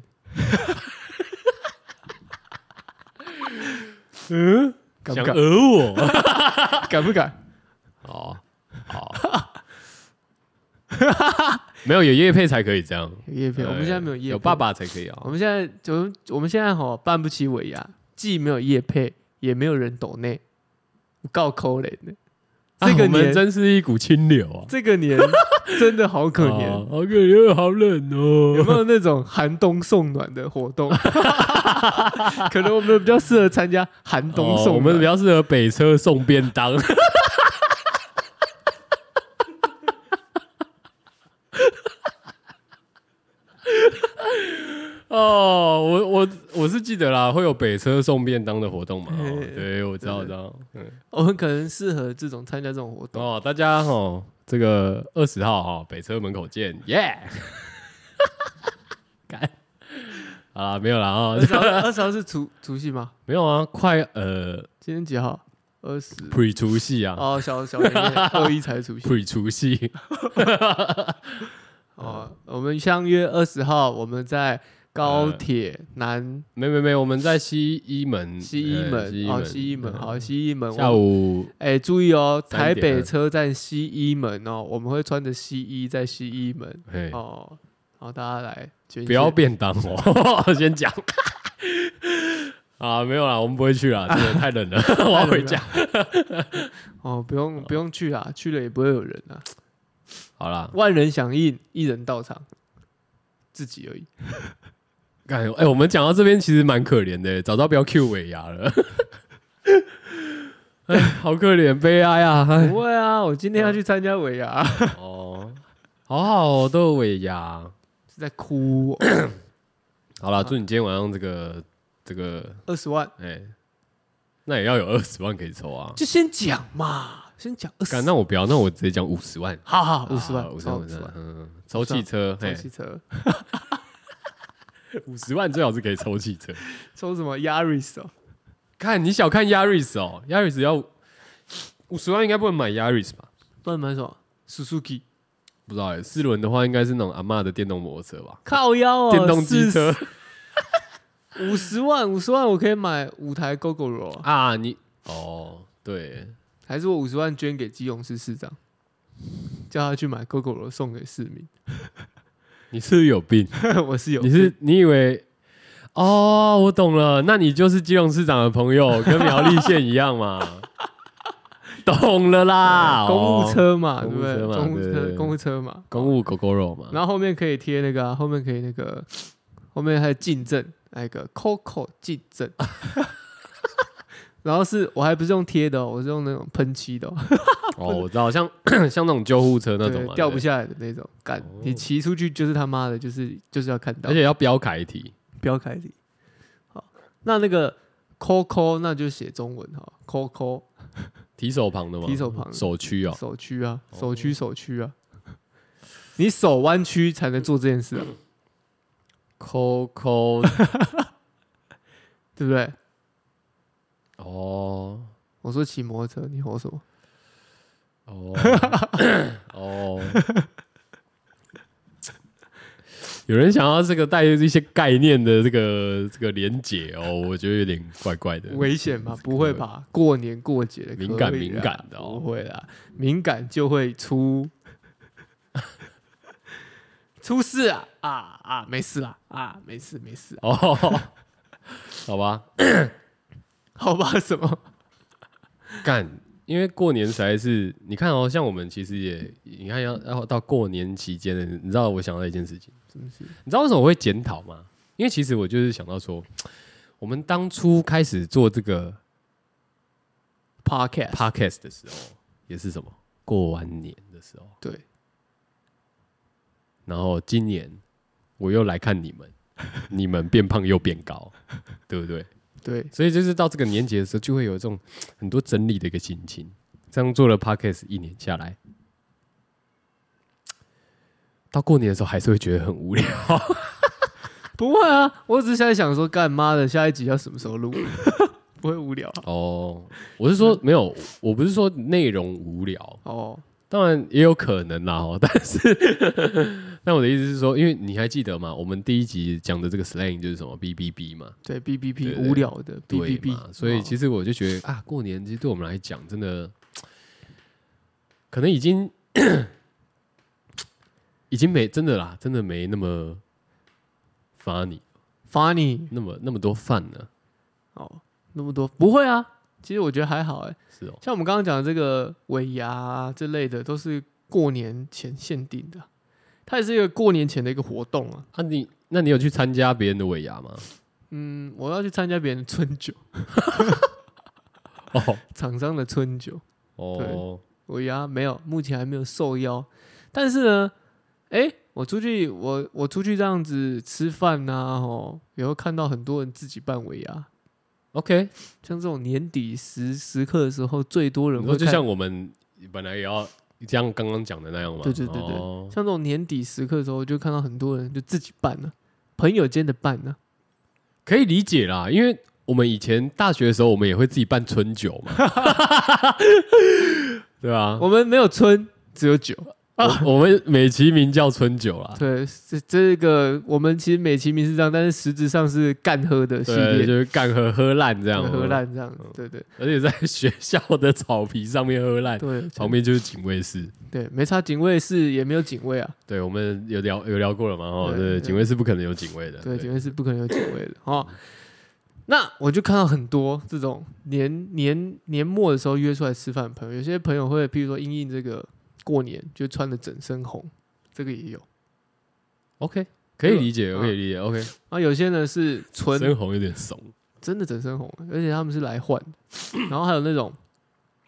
嗯，敢
想
不敢？
讹我？
敢不敢？
哦，好， 没有有叶配才可以这样。
有叶片，我们
对
现在没有叶，
哎有爸。爸才可以
我
啊。
们现在就我们现在吼办不起尾牙，既没有叶配，也没有人抖内，够抠脸的。这
啊
个
我们
年，
真是一股清流啊，
这个 年真的好可怜。
啊好可怜，好冷哦。
有没有那种寒冬送暖的活动？ 可能我们比较适合参加寒冬
哦
送暖。
我们比较适合北车送便当。 哦，我我我是记得啦，会有北车送便当的活动嘛？哦
嘿
对，我知道，我
对
知道。嗯，
我们可能适合这种参加这种活动。
哦，大家哦，这个二十号哈、哦，北车门口见，耶！ 干，好啦，没有啦啊、
二
哦，
十号，二十号是除除夕吗？
没有啊，快呃
今天几号？二十。
pre 除夕啊、
哦，小小年夜二一才是除
p
夕
r e 除夕。
哦。我们相约二十号，我们在高铁南
没没没，我们在西一门，
嗯西一
呃
门哦，西一门
嗯
好，西一门
下
我们
午
哎，注意哦，
3
台
点
北车站西一门哦，我们会穿着西衣在西一门
嘿，
哦，然后大家来捐献
不要便当 哦，先讲。啊，没有啦，我们不会去啦，真 的太冷了， 我要回家。
哦，不用不用去啦，去了也不会有人啊。
好啦，
万人响应，一人到场，自己而已。
干哎、我们讲到这边其实蛮可怜的，早知道不要 Q 尾牙了。哎，好可怜，悲哀啊！哎，
不会啊，我今天要去参加尾牙，
哦， 好好哦，都有尾牙。
是在哭、哦。
好啦，祝你今天晚上这个这个，
二十万
哎、那也要有二十万可以抽啊。
就先讲嘛，先讲二
敢
十，
那我不要，那我直接讲五十万，啊
好好啊五十万，
五十
好
万，
五十万，
嗯，抽汽车，
抽汽车，
五十万最好是可以抽汽车。
抽什么 Yaris 哦？
看你小看 Yaris 哦，Yaris 要五十万应该不能买 Yaris 吧？
不然买什么 Suzuki
不知道哎、四轮的话应该是那种阿嬷的电动摩托车吧，
靠腰哦，
电动机车
五十万，五十万我可以买五台 GoGo 啊，
啊，你哦对，
还是我五十万捐给基隆市市长，叫他去买 GoGo 送给市民。
你是不是有病？
我是有
你是你以为哦，我懂了，那你就是基隆市长的朋 友，跟苗栗县一样嘛，懂了啦，
公务
哦、
车嘛，对
公务车嘛
不对？公务
对对嗯
车，
对
公务车嘛。
公务狗狗肉嘛，
然后后面可以贴那个、啊，后面可以那个，后面还有进证，还有一个 Coco 进证。 然后是我还不是用贴的、哦，我是用那种喷漆的、哦，
哦，我知道，像 像那种救护车那种嘛，
对，掉不
对对，
下来的那种。干，你
哦
骑出去就是他妈的，就是就是要看到，
而且要标楷体，
不要开题。好，那那个 Coco 那就写中文哈，Coco
提手旁的嘛，
提手旁
手区哦，
手区啊，
哦
手区手区啊，你手弯曲才能做这件事啊，
抠抠
对不对？
哦
我说骑摩托车，你吼什么？
哦哦，有人想要这个带一些概念的这个这个连结哦，我觉得有点怪怪的。
危险吗？
可
不会吧？过年过节的
敏感
可以啦
敏感的哦
不会啦，敏感就会出 出事啊啊啊！没事啦啊，没事没事啊，
哦， 好吧，
好吧？什么？
干，因为过年才是你看哦，像我们其实也，你看要要到过年期间的，你知道我想到一件事情，
什么事？
你知道为什么我会检讨吗？因为其实我就是想到说，我们当初开始做这个
Podcast
podcast 的时候，也是什么过完年的时候，
对，
然后今年我又来看你们， 你们变胖又变高，对不对？
对
所以就是到这个年节的时候，就会有这种很多整理的一个心情。这样做了 podcast 一年下来，到过年的时候还是会觉得很无聊。
不会啊！我只是在想说，干妈的下一集要什么时候录？ 不会无聊啊
哦，我是说没有，我不是说内容无聊，
哦？
当然也有可能啦哦， 但是，但我的意思是说，因为你还记得吗？我们第一集讲的这个 slang 就是什么 B B B 嘛，
对，B B B
对对
无聊的 B
对
B 哦 B，
嘛，所以其
实
实我就觉得啊，过年其实对我们来讲，真的可能已经已经没真的啦，真的没那么 funny，
funny
那么那么多饭了，
哦，那么多不会啊。其实我觉得还好哎、
是哦，
像我们刚刚讲的这个尾牙、啊、这类的，都是过年前限定的，啊它也是一个过年前的一个活动啊。
啊你那你有去参加别人的尾牙 吗？
嗯，我要去参加别人的春酒，
哦
厂商的春酒
哦，
尾牙没有，目前还没有受邀。但是呢，哎，我出去，我我出去这样子吃饭呐、啊，哦，也会看到很多人自己办尾牙，
OK，
像这种年底时时刻的时候，最多人
你
会
说
看
就像我们本来也要像刚刚讲的那样嘛，
对对对对
哦
像这种年底时刻的时候，就看到很多人就自己办了、朋友间的办呢、
可以理解啦，因为我们以前大学的时候，我们也会自己办春酒 嘛，对啊，
我们没有春，只有酒。
我我们美其名叫春酒啦，
对，这这个我们其实美其名是这样，但是实质上是干喝的系
对，
列，
就是干喝喝烂这样，嗯
对喝，烂这样子。对对
而且在学校的草皮上面喝烂，
对，
旁边就是警卫室。
对没差警卫室也没有警卫啊，
对，我们有聊有聊过了嘛？哦，
对
对，
对
警卫室不可能有警卫的。
对，警卫室不可能有警 卫的哦。那我就看到很多这种年年年末的时候约出来吃饭的朋友，有些朋友会，譬如说因应这个过年就穿的整身红，这个也有。
，OK，可以理解，
嗯
可以理解。OK，
啊，有些呢是纯
深红有点怂。
真的整身红，而且他们是来换的，然后还有那种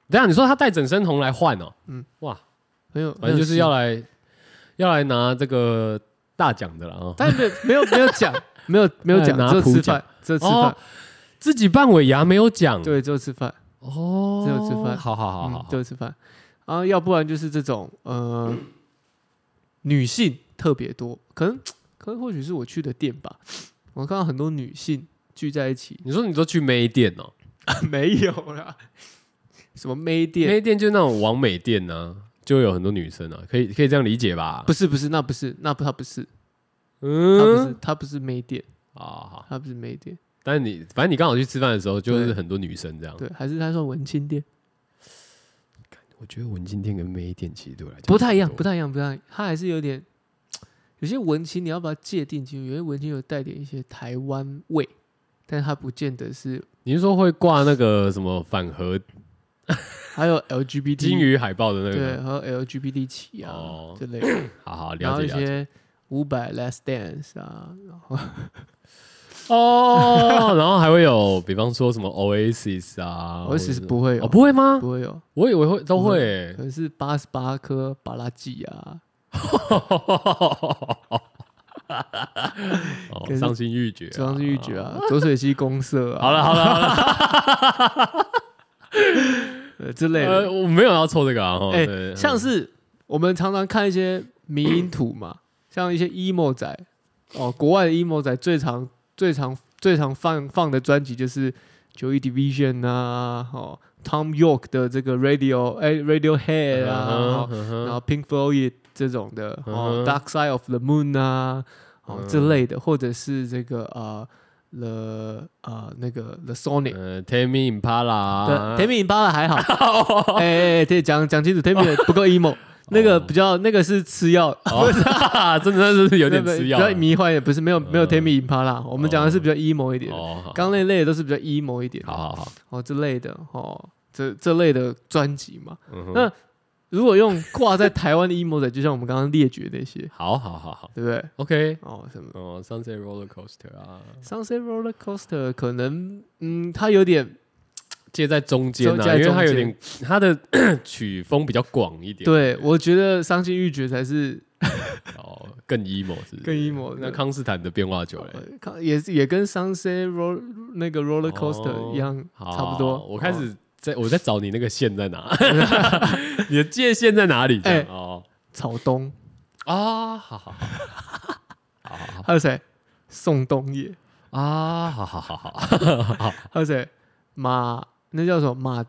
等一下你说他带整身红来换哦？
嗯
嗯，哇，
很有，
反正就是
很有
要来要来拿这个大奖的了啊！
但没有没有没有讲，没有没有
哎
讲，
拿
只有
普
吃
讲
饭，只有吃
哦
饭，
自己办尾牙没有奖，
对，只有吃饭。
哦，
只有吃饭
好好好好
嗯
好，
都吃饭。然后要不然就是这种 呃，女性特别多，可能可能或许是我去的店吧，我看到很多女性聚在 一起，
你说你都去妹店哦，
没有啦，什么妹店？
妹店就是那种完美店呢、就有很多女生啊，可以可以这样理解吧？
不是不是，那不是那不他不是他不
嗯，
是他不是妹店，
啊好，
他不是妹店，
但是你反正你刚好去吃饭的时候，就是
对
很多女生这样。
对，还是他算文青店，
我觉得文青店跟妹店其实对我来讲
不太一样，不
太
太一样，不太一样，他还是有点有些文青，你要把它界定清楚，有些文青有带点一些台湾味，但是他不见得是
你是说会挂那个什么反核
还有 LGBT
金鱼海报的那
对，
个？
还有 LGBT 旗啊、
哦
之类的，
好好
然
了
后
解
一
了解。
些五百 Last Dance 啊，然后
哦， 然后还会有，比方说什么 Oasis 啊
我其实不会有，
哦，不会吗？
不会有，
我以为会都会欸
可。能是八十八颗巴拉吉啊，
哦
可是
伤心欲绝啊，
中央是欲绝啊，浊水溪公社 啊，
好了好了好了，
呃之类
呃，
的。
我没有要凑这个啊，哦
哎、
对
像是我们常常看一些迷因图嘛，像一些 emo 仔哦，国外的 emo 仔最常最常最常放放的专辑就是九一 Division 啊，哦，Tom York 的这个 Radio 哎、Radiohead 啊。哦
嗯哼
然后 Pink Floyd 这种的，
嗯
哦
哼
，Dark Side of the Moon 啊，哦
嗯
这类的，或者是这个呃 The 呃那个 The Sonic，
呃，Tame Impala，
对
啊
t a m i 巴拉还好，哎哎哎，对，讲讲清楚 t a m i 不够 emo，那个比较那个是吃药，
哦真的真的是有点吃药
比
啊，
较迷幻一点，不是没有没有
嗯
t a m i 巴拉，我们讲的是比较 emo 一点的，
哦，好
刚那类的都是比较 emo 一点，
好好好，
哦这类的哦这这类的专辑嘛，
嗯哼
那如果用挂在台湾的 emo 的，就像我们刚刚列举的那些，
好好好好
对不对？
，OK，
哦，什么？
哦，Sunset Roller Coaster 啊，
Sunset Roller Coaster 可能，嗯，它有点
介在中间
介
啊，
在
因为它有
中间
点它的 曲风比较广一点，
对我觉得伤心欲绝才是
哦，更 emo 是不是
更 emo
那
的
康斯坦的变化酒嘞
呃，看也是也跟 Sunset Roll 那个 Roller
哦
Coaster 一样，
好
差不多。
我开
哦
始在我在找你那个线在哪， 你的界限在哪里？这样
哎
哦
草东，
啊，好好好，好好
还有谁？宋冬野，
好啊，好好好好，
还有谁？马那叫什么马？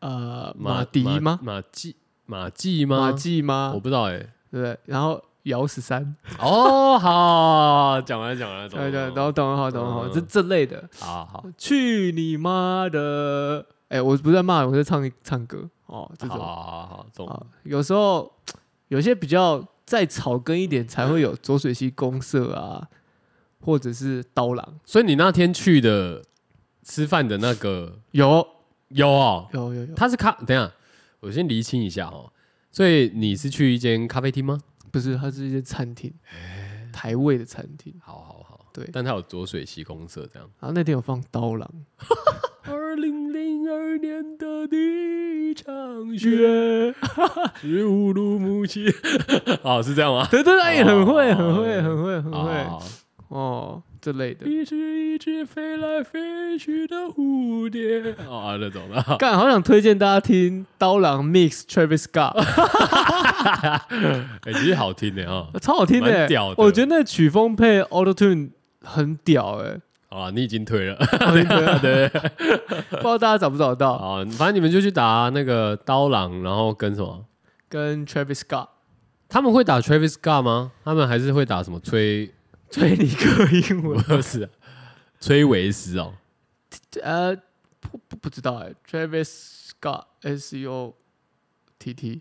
呃，马迪吗？
马季马季
马
吗？
季吗
我？不知道哎。
对不对？然后姚十三，
哦，好，讲完了讲完了，懂
对
了
对，
懂
然后懂了好懂了好，
嗯
这这类的，
了好好
去你妈的！哎，我不是在骂人，我在唱唱歌哦，这
好好好好懂。
种。啊，有时候有些比较再草根一点，才会有浊水溪公社啊，或者是刀郎，
所以你那天去的吃饭的那个
有
有哦，
有有有，
他是咖，等一下我先厘清一下哦。所以你是去一间咖啡厅吗？
不是，它是一些餐厅，
哎
台味的餐厅。
好好好，
对
但它有浊水溪公社这样。
然后那天有放刀郎，
二零零二年的第一场雪，是乌鲁木齐。哦，是这样吗？
对对对，哎
哦
很会，
哦
很会，
对
很会，很
好好
会，
好
哦，这类的。
一只一只飞来飞去的蝴蝶。 哦啊，那种的。
干，好想推荐大家听刀郎 mix Travis Scott，
哎，其实好听的啊。
超好听
蛮
的
屌
欸，
的
我觉得那曲风配 Auto Tune 很屌 哎，
好啊，你已经退 了。
对，不知道大家找不找得到，
啊，反正你们就去打那个刀郎，然后跟什么？
跟 Travis Scott。
他们会打 Travis Scott 吗？他们还是会打什么崔？
崔尼克英文，
不是啊，崔维斯哦。
呃，不不不知道哎、t r a v i s Scott S U T T，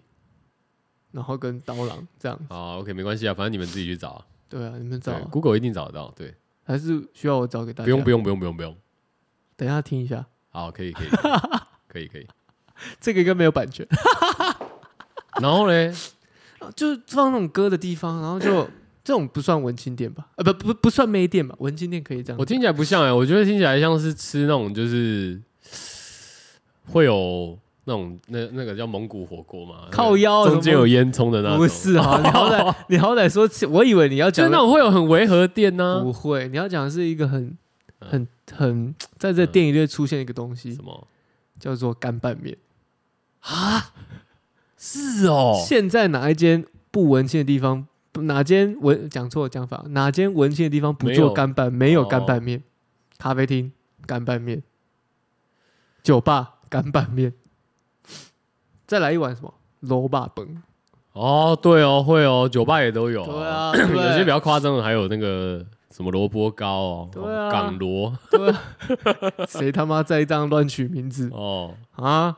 然后跟刀郎这样，
好，OK，没关系啊，反正你们自己去找啊。
对啊，你们找
对
啊
，Google 一定找得到。对，
还是需要我找给大家？
不用不，用不用不用不用。
等一下听一下，
好，可以 可以可以可以。
这个应该没有版权，
然后嘞，
啊就是放那种歌的地方，然后就 这种不算文青店吧？呃，不不不算妹店吧？文青店可以这样，
我听起来不像哎、我觉得听起来像是吃那种就是会有那种那那个叫蒙古火锅嘛，
靠
那
腰啊
个中间有烟囱的
什
那种，
么不是 啊？你好歹你好歹说起，我以为你要
就
讲
是
的
那种会有很违和店呢、
不会，你要讲的是一个很
嗯
很很在这电影里面出现一个东西
什，么
叫做干拌面。
啊，是哦，
现在哪一间不文青的地方，不哪间文讲错讲法，哪间文青的地方不
没有
做干拌，没有干
哦
拌面，咖啡厅干拌面，酒吧干拌面，再来一碗什么萝卜本，
哦，对哦，会哦，酒吧也都有、
对啊对
有些比较夸张的还有那个什么萝卜糕哦，
对啊
港螺
对啊，谁他妈在这样乱取名字
哦，
啊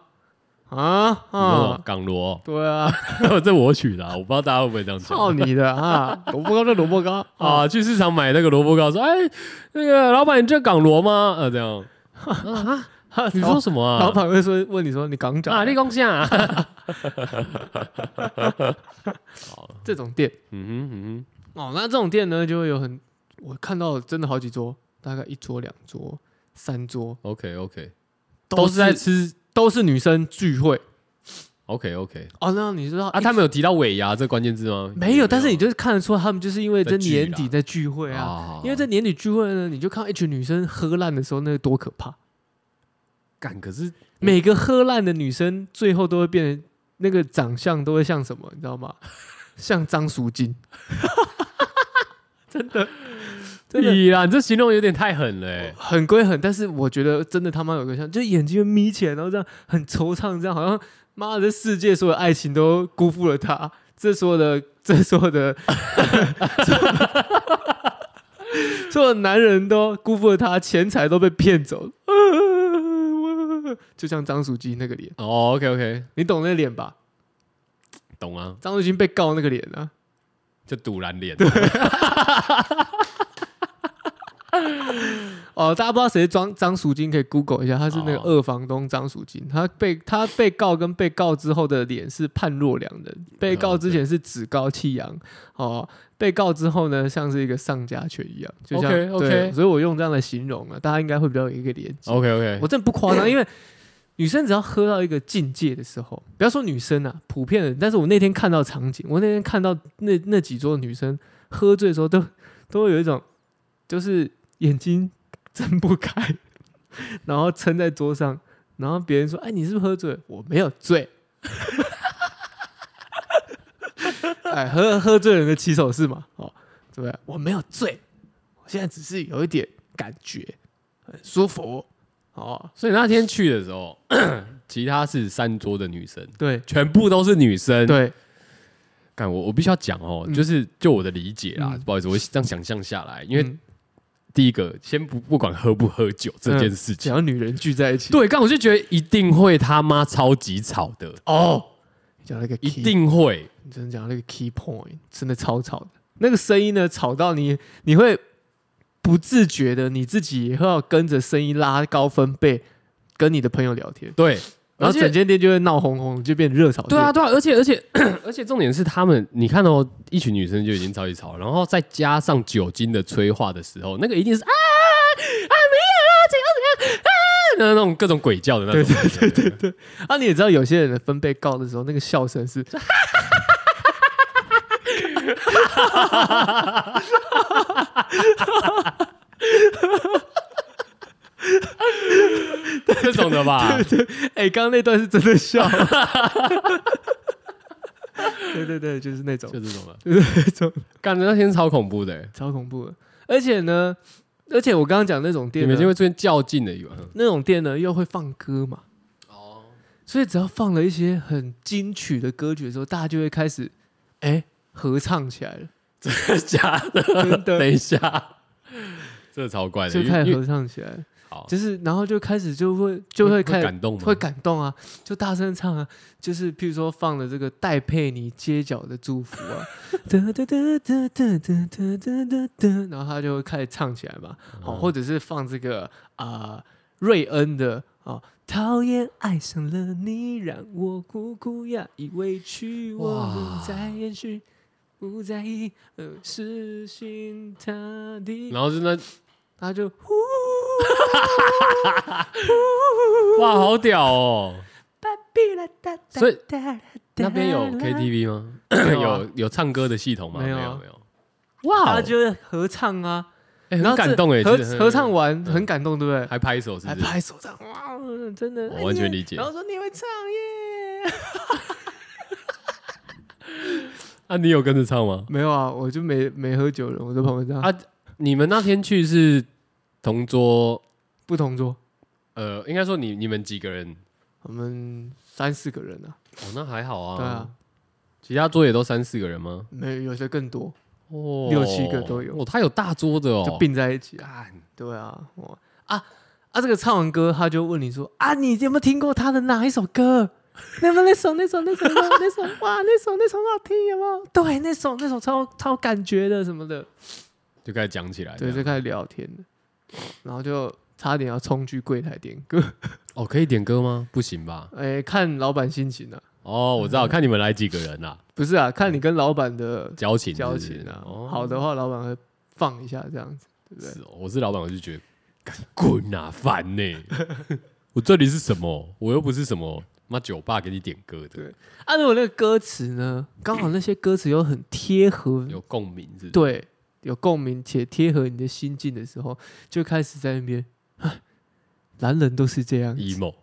啊
啊
啊！
港螺，
对啊，
这我取的啊、我不知道大家会不会这样
操
讲。
你的啊！萝卜糕就萝卜糕啊，
啊，去市场买那个萝卜糕，说哎，那个老板，你这港螺吗？啊，这样，你说什么啊？
老板会说问你说你港长
啊，立功下、 啊，
这种店。
嗯哼嗯
哦，那这种店呢，就会有很，我看到真的好几桌，大概一桌、两桌、三桌，
哼，OK OK，都是在吃
都是女生聚会。
，OK OK
哦，那你知道
啊，
一
他们有提到尾牙这关键字吗？
没有？但是你就是看得出他们就是因为
在
这
聚
年
啦
底在聚会啊，
啊
因为在年底聚会呢，你就看到一群女生喝烂的时候，那多可怕！
干，可是
每个喝烂的女生最后都会变成那个长相都会像什么，你知道吗？像张淑 晶，真的
你啦，你这形容有点太狠了、欸。
很归很，但是我觉得真的他妈有个像，就眼睛眯起来，然后这样很惆怅，这样好像妈的这世界所有爱情都辜负了他， 这所有的这所有的所有的男人都辜负了他，钱财都被骗走了， 就像张淑基那个脸，
哦，OK OK，
你懂那脸吧？
懂啊，
张淑基被告那个脸啊，
就堵蓝脸。
哦，大家不知道谁是张张淑金，可以 Google 一下，他是那个
哦
二房东张淑金，他被他被告跟被告之后的脸是判若两人，被告之前是趾高气扬，哦，被告之后呢像是一个上家犬一样，就像
OK，OK
对，所以我用这样来形容啊，大家应该会比较有一个连接。
OK OK，
我真的不夸张，因为女生只要喝到一个境界的时候，不要说女生啊，普遍的。但是我那天看到场景，我那天看到那那几桌女生喝醉的时候都，都会有一种就是眼睛睁不开， 然后撑在桌上，然后别人说：“哎，你是不是喝醉了？”我没有醉。 哎，喝喝醉人的起手式嘛，哦，对不对？我没有醉，我现在只是有一点感觉，很舒服哦。
所以那天去的时候， 其他是三桌的女生，
对
全部都是女生。，
对，
干我我必须要讲哦，
嗯
就是就我的理解啦，
嗯
不好意思，我这样想象下来，因为
嗯
第一个，先不不管喝不喝酒这件事
只
情，
要女人聚在一起，
对，刚我就觉得一定会他妈超级吵的，
哦，讲那个 key,
一定会。
你真的讲那个 key point，真的超吵的，那个声音呢，吵到你，你会不自觉的，你自己也会要跟着声音拉高分贝，跟你的朋友聊天，
对，而
然后
且
整间店就会闹哄哄，就变热吵。
对啊，，对啊，而且而且 而且重点是他们，你看哦，一群女生就已经超级吵了，然后再加上酒精的催化的时候，那个一定是啊啊没有啊，怎样怎样啊，那种各种鬼叫的那种。对对对对
啊，你也知道有些人的分贝高的时候，那个笑声是。
这种的吧？
哎、刚刚那段是真的 笑。对对对，就是那种
就，这种的，
就是那种
感觉那天超恐怖的欸。
超恐怖的。而且呢，而且我刚刚讲那种
你
店呢
们，就会出现较劲的一晚。
那种店呢又会放歌嘛，
哦，
所以只要放了一些很金曲的歌曲的时候，大家就会开始哎、合唱起来 了，
真的 假的？
真
等
的
一下，这个超怪的，
就
因为
开
因
始
为
合唱起来了，
好
就是然后就开始就会就会开始
感动吗
会感动啊，就大声唱啊，就是譬如说放了这个戴佩妮街角的祝福啊， 哒哒哒哒哒哒哒哒哒哒，然后他就会开始唱起来嘛，哦，
嗯
或者是放这个啊、呃瑞恩的哦，讨厌爱上了你，让我苦苦压抑委屈，我
哇
们再延续。不在意，呃，死心塌地，
然后就那
他就呼，
哇，好屌哦！所
所
以
以
那
那
边
边
有
有 KTV
KTV 吗？
有啊
有有唱歌的系统吗？
没有啊
有没有。哇
他
哦，
就会合唱啊，
哎、
然
很
后
感
这
动哎，
合
其实
合唱完
嗯
很感动，对不对？
还拍手是
还
不是？
拍手掌，哇，真的，
我完全
哎耶
理解
然后说你会唱耶，
啊，你有跟着唱吗？
没有啊，我就没没喝酒了，我在旁边这样
啊你们那天去是同桌，
不同桌，
呃，应该说你你们几个人？
我们三四个人啊，
哦，那还好啊。
对啊，
其他桌也都三四个人吗？
没有些更多，
哦，
六七个都有
哦，他有大桌的哦。
就并在一起啊，
干
对啊，哇啊啊，这个唱完歌他就问你说啊，你有没有听过他的哪一首歌？那么那首那首那首那首那首哇，那首那首很好听，有没有？对，那首那首超超有感觉的什么的，
就开始讲起来这
对，
样。
就开始聊天了，然后就差点要冲去柜台点歌，
哦，可以点歌吗？不行吧？
哎、看老板心情啊，
哦，我知道，看你们来几个人啦，
不是啊，看你跟老板的
交情是
交
不是
情啊，
哦，
好的话老板会放一下这样子，对不对？
是哦，我是老板，我就觉得干滚啊，烦呢、 我这里是什么？我又不是什么妈酒吧给你点歌的，
对啊，如果那个歌词呢，刚好那些歌词又很贴合
有共鸣是不是？
对，有共鸣且贴合你的心境的时候，就开始在那边，唉男人都是这样子，
emo。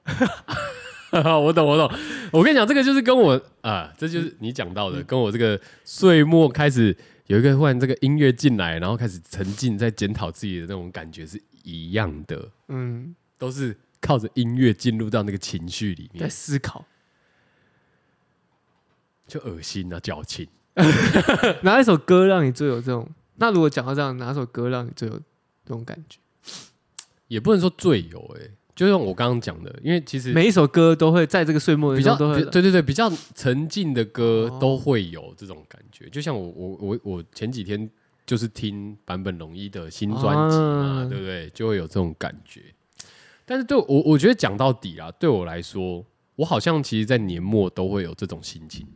我懂，我懂。我跟你讲，这个就是跟我啊，这就是你讲到的，跟我这个岁末开始有一个忽然这个音乐进来，然后开始沉浸在检讨自己的那种感觉是一样的，
嗯，
都是靠着音乐进入到那个情绪里
在
面，
思考
就恶心啊，矫情。
哪一首歌让你最有这种？那如果讲到这样，哪首歌让你最有这种感觉？
也不能说最有哎、就像我刚刚讲的，因为其实
每一首歌都会在这个岁末的
比
时
较
候都会
比对对对，比较沉静的歌
哦
都会有这种感觉。就像我我我我前几天就是听坂本龙一的新专辑嘛，
啊
对不对？就会有这种感觉。但是对我我觉得讲到底啦，对我来说，我好像其实，在年末都会有这种心情，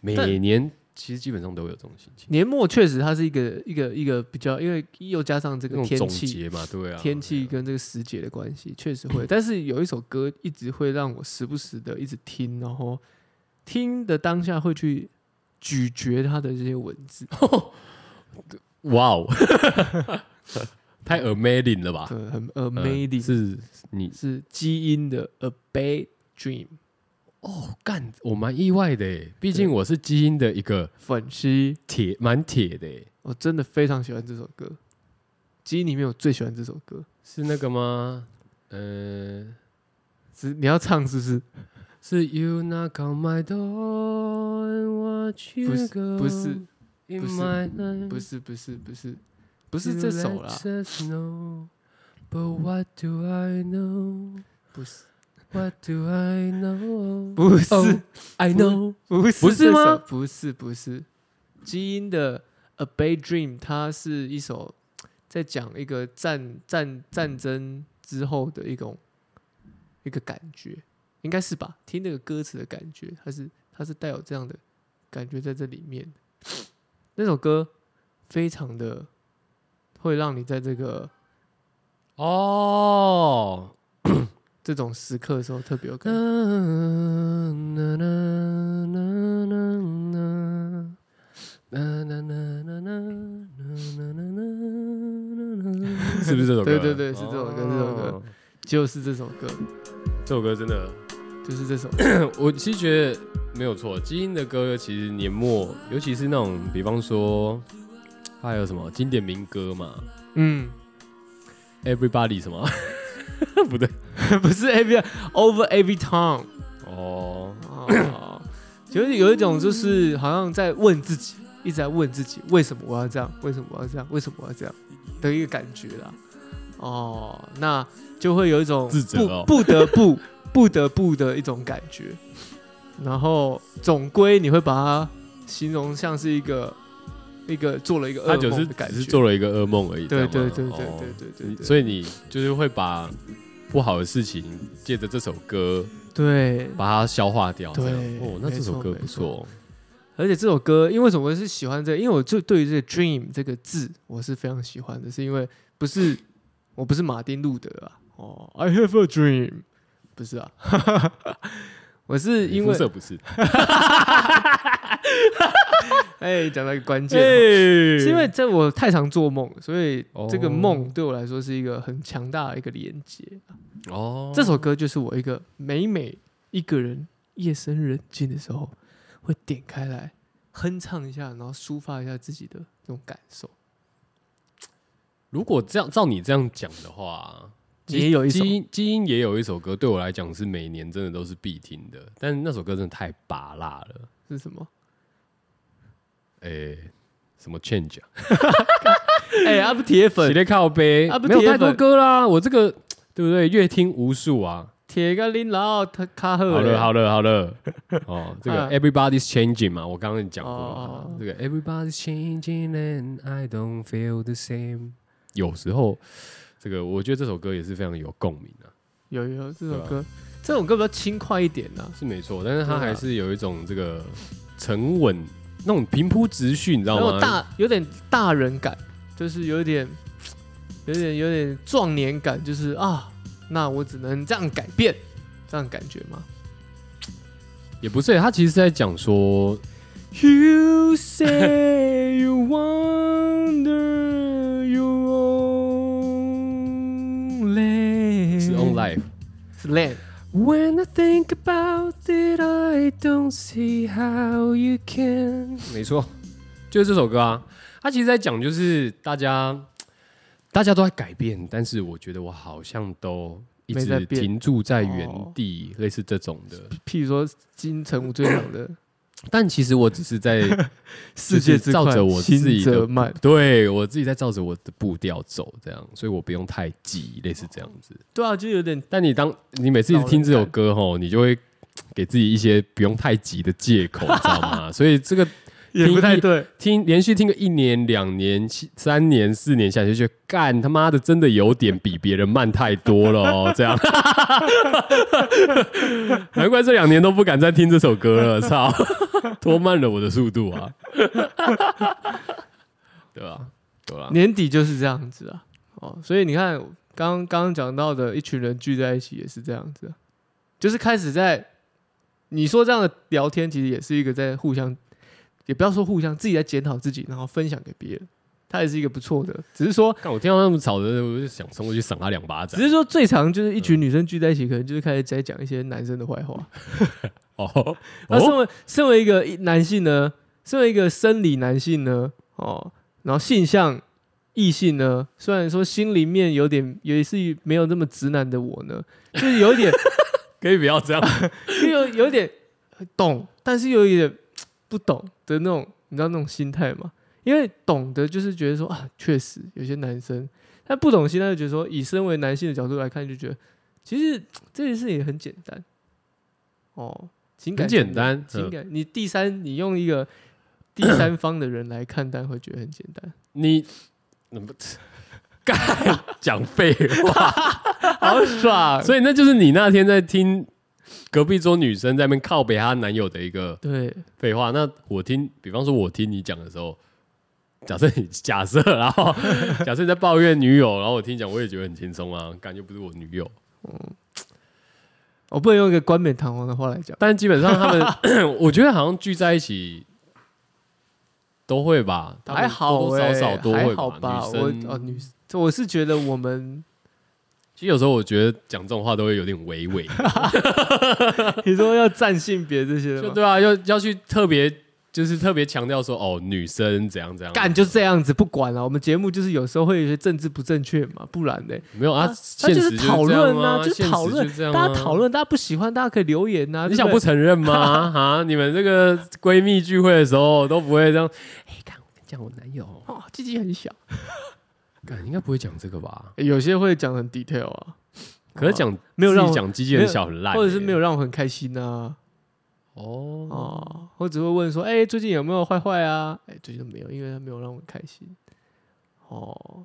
每
但
年其实基本上都会有这种心情，
年末确实它是一个一个一个比较，因为又加上这
这
个
种
天
总
气。
结嘛，对啊，
天气跟这个时节的关系确实会，但是有一首歌一直会让我时不时的一直听，然后听的当下会去咀嚼它的这些文字，
啊哇哦， 太 amazing 了吧？
对，很
嗯
amazing，、是
是你
是基因的 a bad dream
干，我蛮意外的耶，毕竟我是基因的一个
粉丝，
铁，蛮铁的耶，欸
我真的非常喜欢这首歌，基因里面我最喜欢这首歌，
是那个吗？嗯、
是你要唱是不是？
是 You knock on my door and watch you
不是
go，
不是
in
不是
my night，
不是不是不是不是这首啦，
You let us know, But what do I know?
不是
What do I know?
不是、
Oh, I
不
know，
不是
不是
这
吗
首？不是不是，基因的 a bad dream，它是一首在讲一个战战战争之后的一种一个感觉，应该是吧？听那个歌词的感觉，它是它是带有这样的感觉在这里面。那首歌非常的会让你在这个
哦。
这种时刻的时候特 别有感觉。
嗯是不是这首歌？
对对对是这首歌是这首歌
哦。
就是这首歌，
这首歌真的，
就是 这首。
我其实觉得没有错。基因的歌其实年末，尤其是那种，比方说，还有什么经典民歌嘛
嗯，
，Everybody 什么？不对，
不是 every over every time。
哦，
哦，就是有一种就是好像在问自己，一直在问自己，为什么我要这样？为什么我要这样？为什么我要这样的一个感觉啦。哦，那就会有一种
自责
不
哦
不得不 不得不的一种感觉，然后总归你会把它形容像是一个一个做了一个
他
噩
就是
梦的感
只
觉
是，做了一个噩梦而已。这
对
样吗
对对对
哦
对对对
你
对，
所以你就是会把不好的事情借着这首歌
对
把它消化掉。
对
这样哦，那这首歌
没错
不错哦。
而且这首歌，因为什么我是喜欢这个因为我就对于这个 “dream” 这个字，我是非常喜欢的，是因为不 是我不是马丁路德啊，哦，I have a dream，不是啊， 我是因
肤
为
色不是，
哎，讲到一个关键哦，
是
是因为这我太常做梦，所以这个
哦
梦对我来说是一个很强大的一个连接。
哦，
这首歌就是我一个每每一个人夜深人静的时候会点开来哼唱一下，然后抒发一下自己的那种感受。
如果这样照你这样讲的话，基
也有一首
基因基因也有一首歌，对我来讲是每年真的都是必听的，但那首歌真的太拔辣了，
是什么？
诶、什么 change 啊？
哎、阿不铁
洗
粉，
的靠背，
啊不
没有
铁
太多
粉
歌啦，我这个对不对？越听无数啊。
铁个林老他卡赫
好
嘞
了好了好了，哦，这个
啊
Everybody's changing 嘛，我刚刚讲过
哦哦
嘛
哦，
这个 Everybody's changing and I don't feel the same。有时候，这个我觉得这首歌也是非常有共鸣啊。
有有这首
对啊
歌，这首歌比较轻快一点呐、
是没错，但是它
对啊
还是有一种这个沉稳，那种平铺直叙，你知道
然后
吗？
大有点大人感，就是有点有点有点壮年感，就是啊，那我只能这样改变，这样感觉吗
也不是，它其实是在讲说，
？You say you wonder you only
是 on life。
是 land
When I think about it, I don't see how you can。没错，就是这首歌啊。它其实在讲就是大家，大家都在改变，但是我觉得我好像都一
没在
直
变哦
停驻在原地，类似这种的。
譬如说金城武最讲的
但其实我只是在
世界之快，
照着我自己的
心则慢，
对我自己在照着我的步调走，这样，所以我不用太急，类似这样子。
对啊，就有点
但你当你每次一直听这首歌吼，你就会给自己一些不用太急的借口，你知道 吗？所以这个
也不太对，
听连续听个一年、两年、七三年、四年下去，就觉得干他妈的真的有点比别人慢太多了哦，这样。 难怪这两年都不敢再听这首歌了，操， 拖慢了我的速度啊， 对吧、对吧、啊
年底就是这样子啊，哦，所以你看，刚刚刚讲到的一群人聚在一起也是这样子啊、就是开始在你说这样的聊天，其实也是一个在互相，也不要说互相，自己在检讨自己，然后分享给别人，它也是一个不错的，只是说，
看我听到他们吵的，我就想冲过去赏他两巴
只
掌。
是说最常就是一群女生聚在一起，可能就是开始在讲一些男生的坏话。
哦，
那身
哦，
为身为一个男性呢，身为一个生理男性呢，哦，然后性向异性呢，虽然说心里面有点也是没有那么直男的我呢，就是有 一点
可以不要这 样。
就有有一点懂，但是又有一点不懂的那种，你知道那种心态吗？因为懂得就是觉得说啊，确实有些男生，但不懂心态就觉得说，以身为男性的角度来看，就觉得其实这件事也很简单哦，情感
很简
上面
单
情
嗯
感你第三，你用一 个第三方的人来看待，会觉得很简单。
你 那不干讲废话，
好爽，
所以那就是你那天在听隔壁桌女生在那边靠北她男友的一个
对，
废话。那我听，比方说我听你讲的时候，假设你假设，然 后 假设你在抱怨女友，然后我听你讲，我也觉得很轻松啊，感觉不是我女友。
我不能用一个冠冕堂皇的话来讲，
但基本上他 们， 我觉得好像聚在一起都会吧，他们
还好
多多
欸
少少都会
还好吧？我
女生
哦，女，我是觉得 我们
其实有时候我觉得讲这种话都会有点唯 伪，
你说要占性别这些的
就
吗？
对啊，要要去特别就是特别强调说哦，女生怎样怎样，
干就是这样子，不管了。我们节目就是有时候会有一些政治不正确嘛，不然呢？
没有啊，
啊
现
他就
实
是
这
讨
样
论啊
啊，
就是
现实
讨论
就这样啊
大家讨，论，大家不喜欢，大家可以留言啊。
你想不
对对
承认吗？ 啊，你们这个闺蜜聚会的时候都不会这样，哎，看我跟你讲我男友，
哦，鸡鸡很小，
干应该不会讲这个吧？
有些会讲很 detail 啊，
可是讲
没有
自己
让我
讲机器很小很烂欸，
或者是没有让我很开心啊。
哦，
哦，我只会问说，哎、最近有没有坏坏啊？哎、最近都没有，因为他没有让我开心。哦，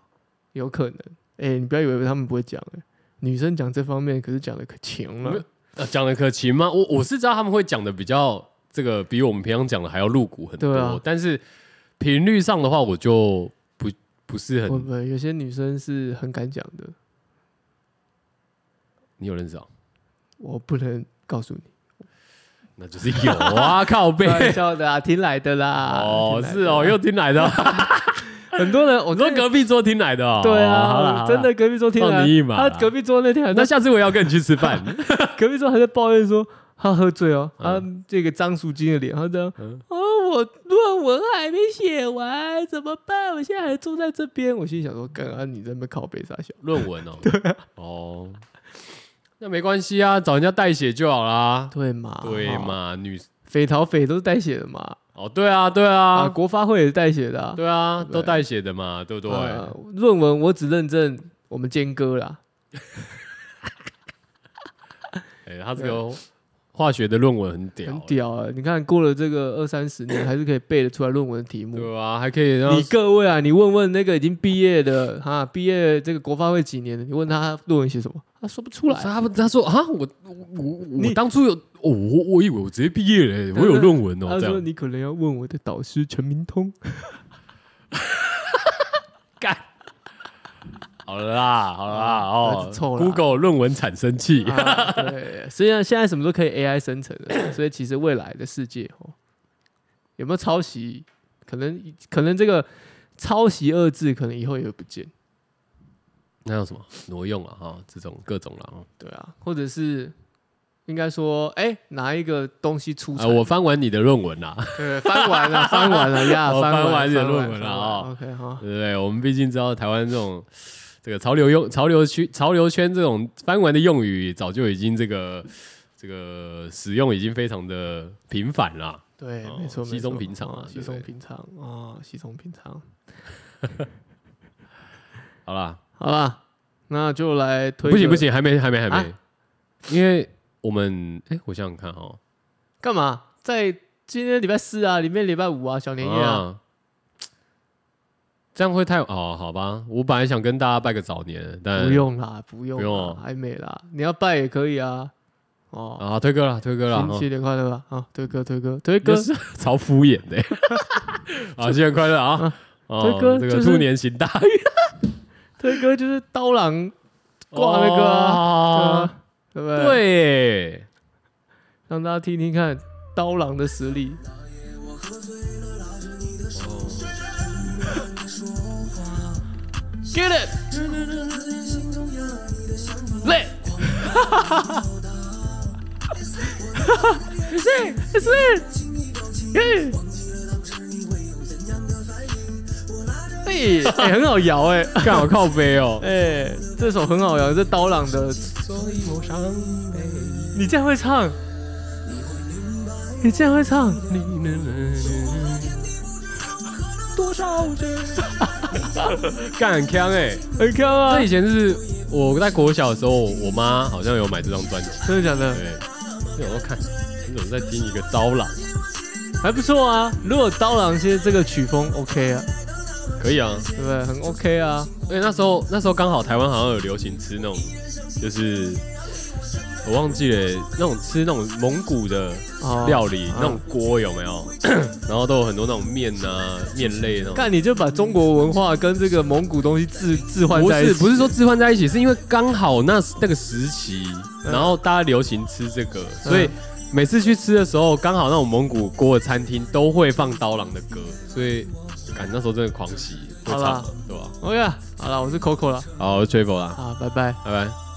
有可能。哎、你不要以为他们不会讲、哎，女生讲这方面可是讲的可勤
没
了
有。呃讲的可勤吗？我我是知道他们会讲的比较这个比我们平常讲的还要露骨很多，
对啊
但是频率上的话，我就不不是
不
很
不，有些女生是很敢讲的，
你有认识啊？
我不能告诉你，
那就是有 啊，靠背。
开玩笑的啊，听来的啦。
哦，
听来
是
的啦
哦，又听 来的，
很多人，我
我说
真的
隔壁桌听来的哦。
对
哦好啦
啊，
好啦
真的隔壁桌听来
放你一马啦
他隔壁 桌那天还在
那下次我也要跟你去吃饭。
隔壁桌还在抱怨说他喝醉哦，他
嗯
这个张淑金的脸，他这样
嗯
啊，我论文还没写完，怎么办？我现在还坐在这边，我心里想说，刚刚你在那边靠背傻笑，
论文 哦。
啊
哦，那没关系啊，找人家代写就好啦。
对嘛？
对
哦？
嘛，女
匪逃匪都是代写的嘛，
哦，对啊，对
啊，
啊，
国发会也是代写的啊，
对啊，
对
都代写的嘛，对不对？
啊论文我只认证我们坚哥啦，
哎，他这个化学的论文很屌，欸
很，屌啊！你看过了这个二三十年，还是可以背得出来论文的题目。
对啊，还可以让
你各位啊，你问问那个已经毕业的哈，毕业这个国发会几年的，你问他论文写什么，他说不出来。
他不他说啊，我我我我
你
当初有哦，我我以为我直接毕业 了，我有论文哦，
他
这
说
样
你可能要问我的导师陈 明通。
好了啦，好了啦，
啊那
哦
就臭啦
，Google 论文产生器，
啊、对，实际上现在什么都可以 AI 生成的， 所以其实未来的世界哦，有没有抄袭，可能可能这个抄袭二字可能以后也会不见。
那有什么挪用啊，哈，这种各种了
对啊，或者是应该说，哎、拿一个东西出
啊，
产，
我翻完你的论文啊啦，
对翻完了，翻完了呀，
我翻
完
完
翻
你的
完
论文了哦
OK 哈，
对不对？我们毕竟知道台湾这种这个潮流用潮流区潮流圈这种翻玩的用语，早就已经这个这个使用已经非常的频繁啦。
对
哦，
没错，
稀
没错
松平常啊
哦
对
稀
不
松
对
平常啊，稀松平常。
好啦，
好啦，那就来推。
不行不，行，还没还没还没，
啊
因为我们哎，我想想看哦，
干嘛？在今天礼拜四啊，里面礼拜五啊，小年夜啊，
啊这样会太哦，好吧，我本来想跟大家拜个早年，但
不用啦，不用
哎不
啦，
用哦
还没啦，你要拜也可以啊。哦，
啊，推歌了，推歌了，
新
哈
新年快乐吧！啊，推歌推歌推歌
歌，是 超敷衍的， 啊，新年快乐啊！哦
推歌
这
就
个
是
兔年行大运，
推歌就是刀郎 挂那个啊，对
啊
啊对不对？
对耶，
让大家听听看刀郎的实力。Get it，累，是是，耶，哎、哎很好摇哎、
干好靠背哦
哎、，这首很好摇，这刀郎的。你竟然会唱，你竟然会唱，
多少人？ 干很强哎！
很强啊
那！以前是我在国小的时候，我妈好像有买这张专辑，
真的 假的？
对，就我看你怎么在听一个刀郎？
还不错啊。如果刀郎现在这个曲风 OK 啊，
可以啊，
对不对？很 OK 啊。
而且那时候那时候刚好台湾好像有流行吃那种，就是我忘记了那种吃那种蒙古的
哦
料理，
啊
那种锅有没有？ 然后都有很多那种面啊、面类那种。
干你就把中国文化跟这个蒙古东西置置换
不
在一
是
起，
不是说置换在一起，是因为刚好那那个时期，
嗯
然后大家流行吃这个，
嗯
所以每次去吃的时候，刚好那种蒙古锅的餐厅都会放刀郎的歌，所以感那时候真的狂喜，会
好
唱
啦
嘛，对吧？
OK 啊。好了，我是 Coco 了
好，我是 Travel 啦，
啊，拜拜。
拜拜。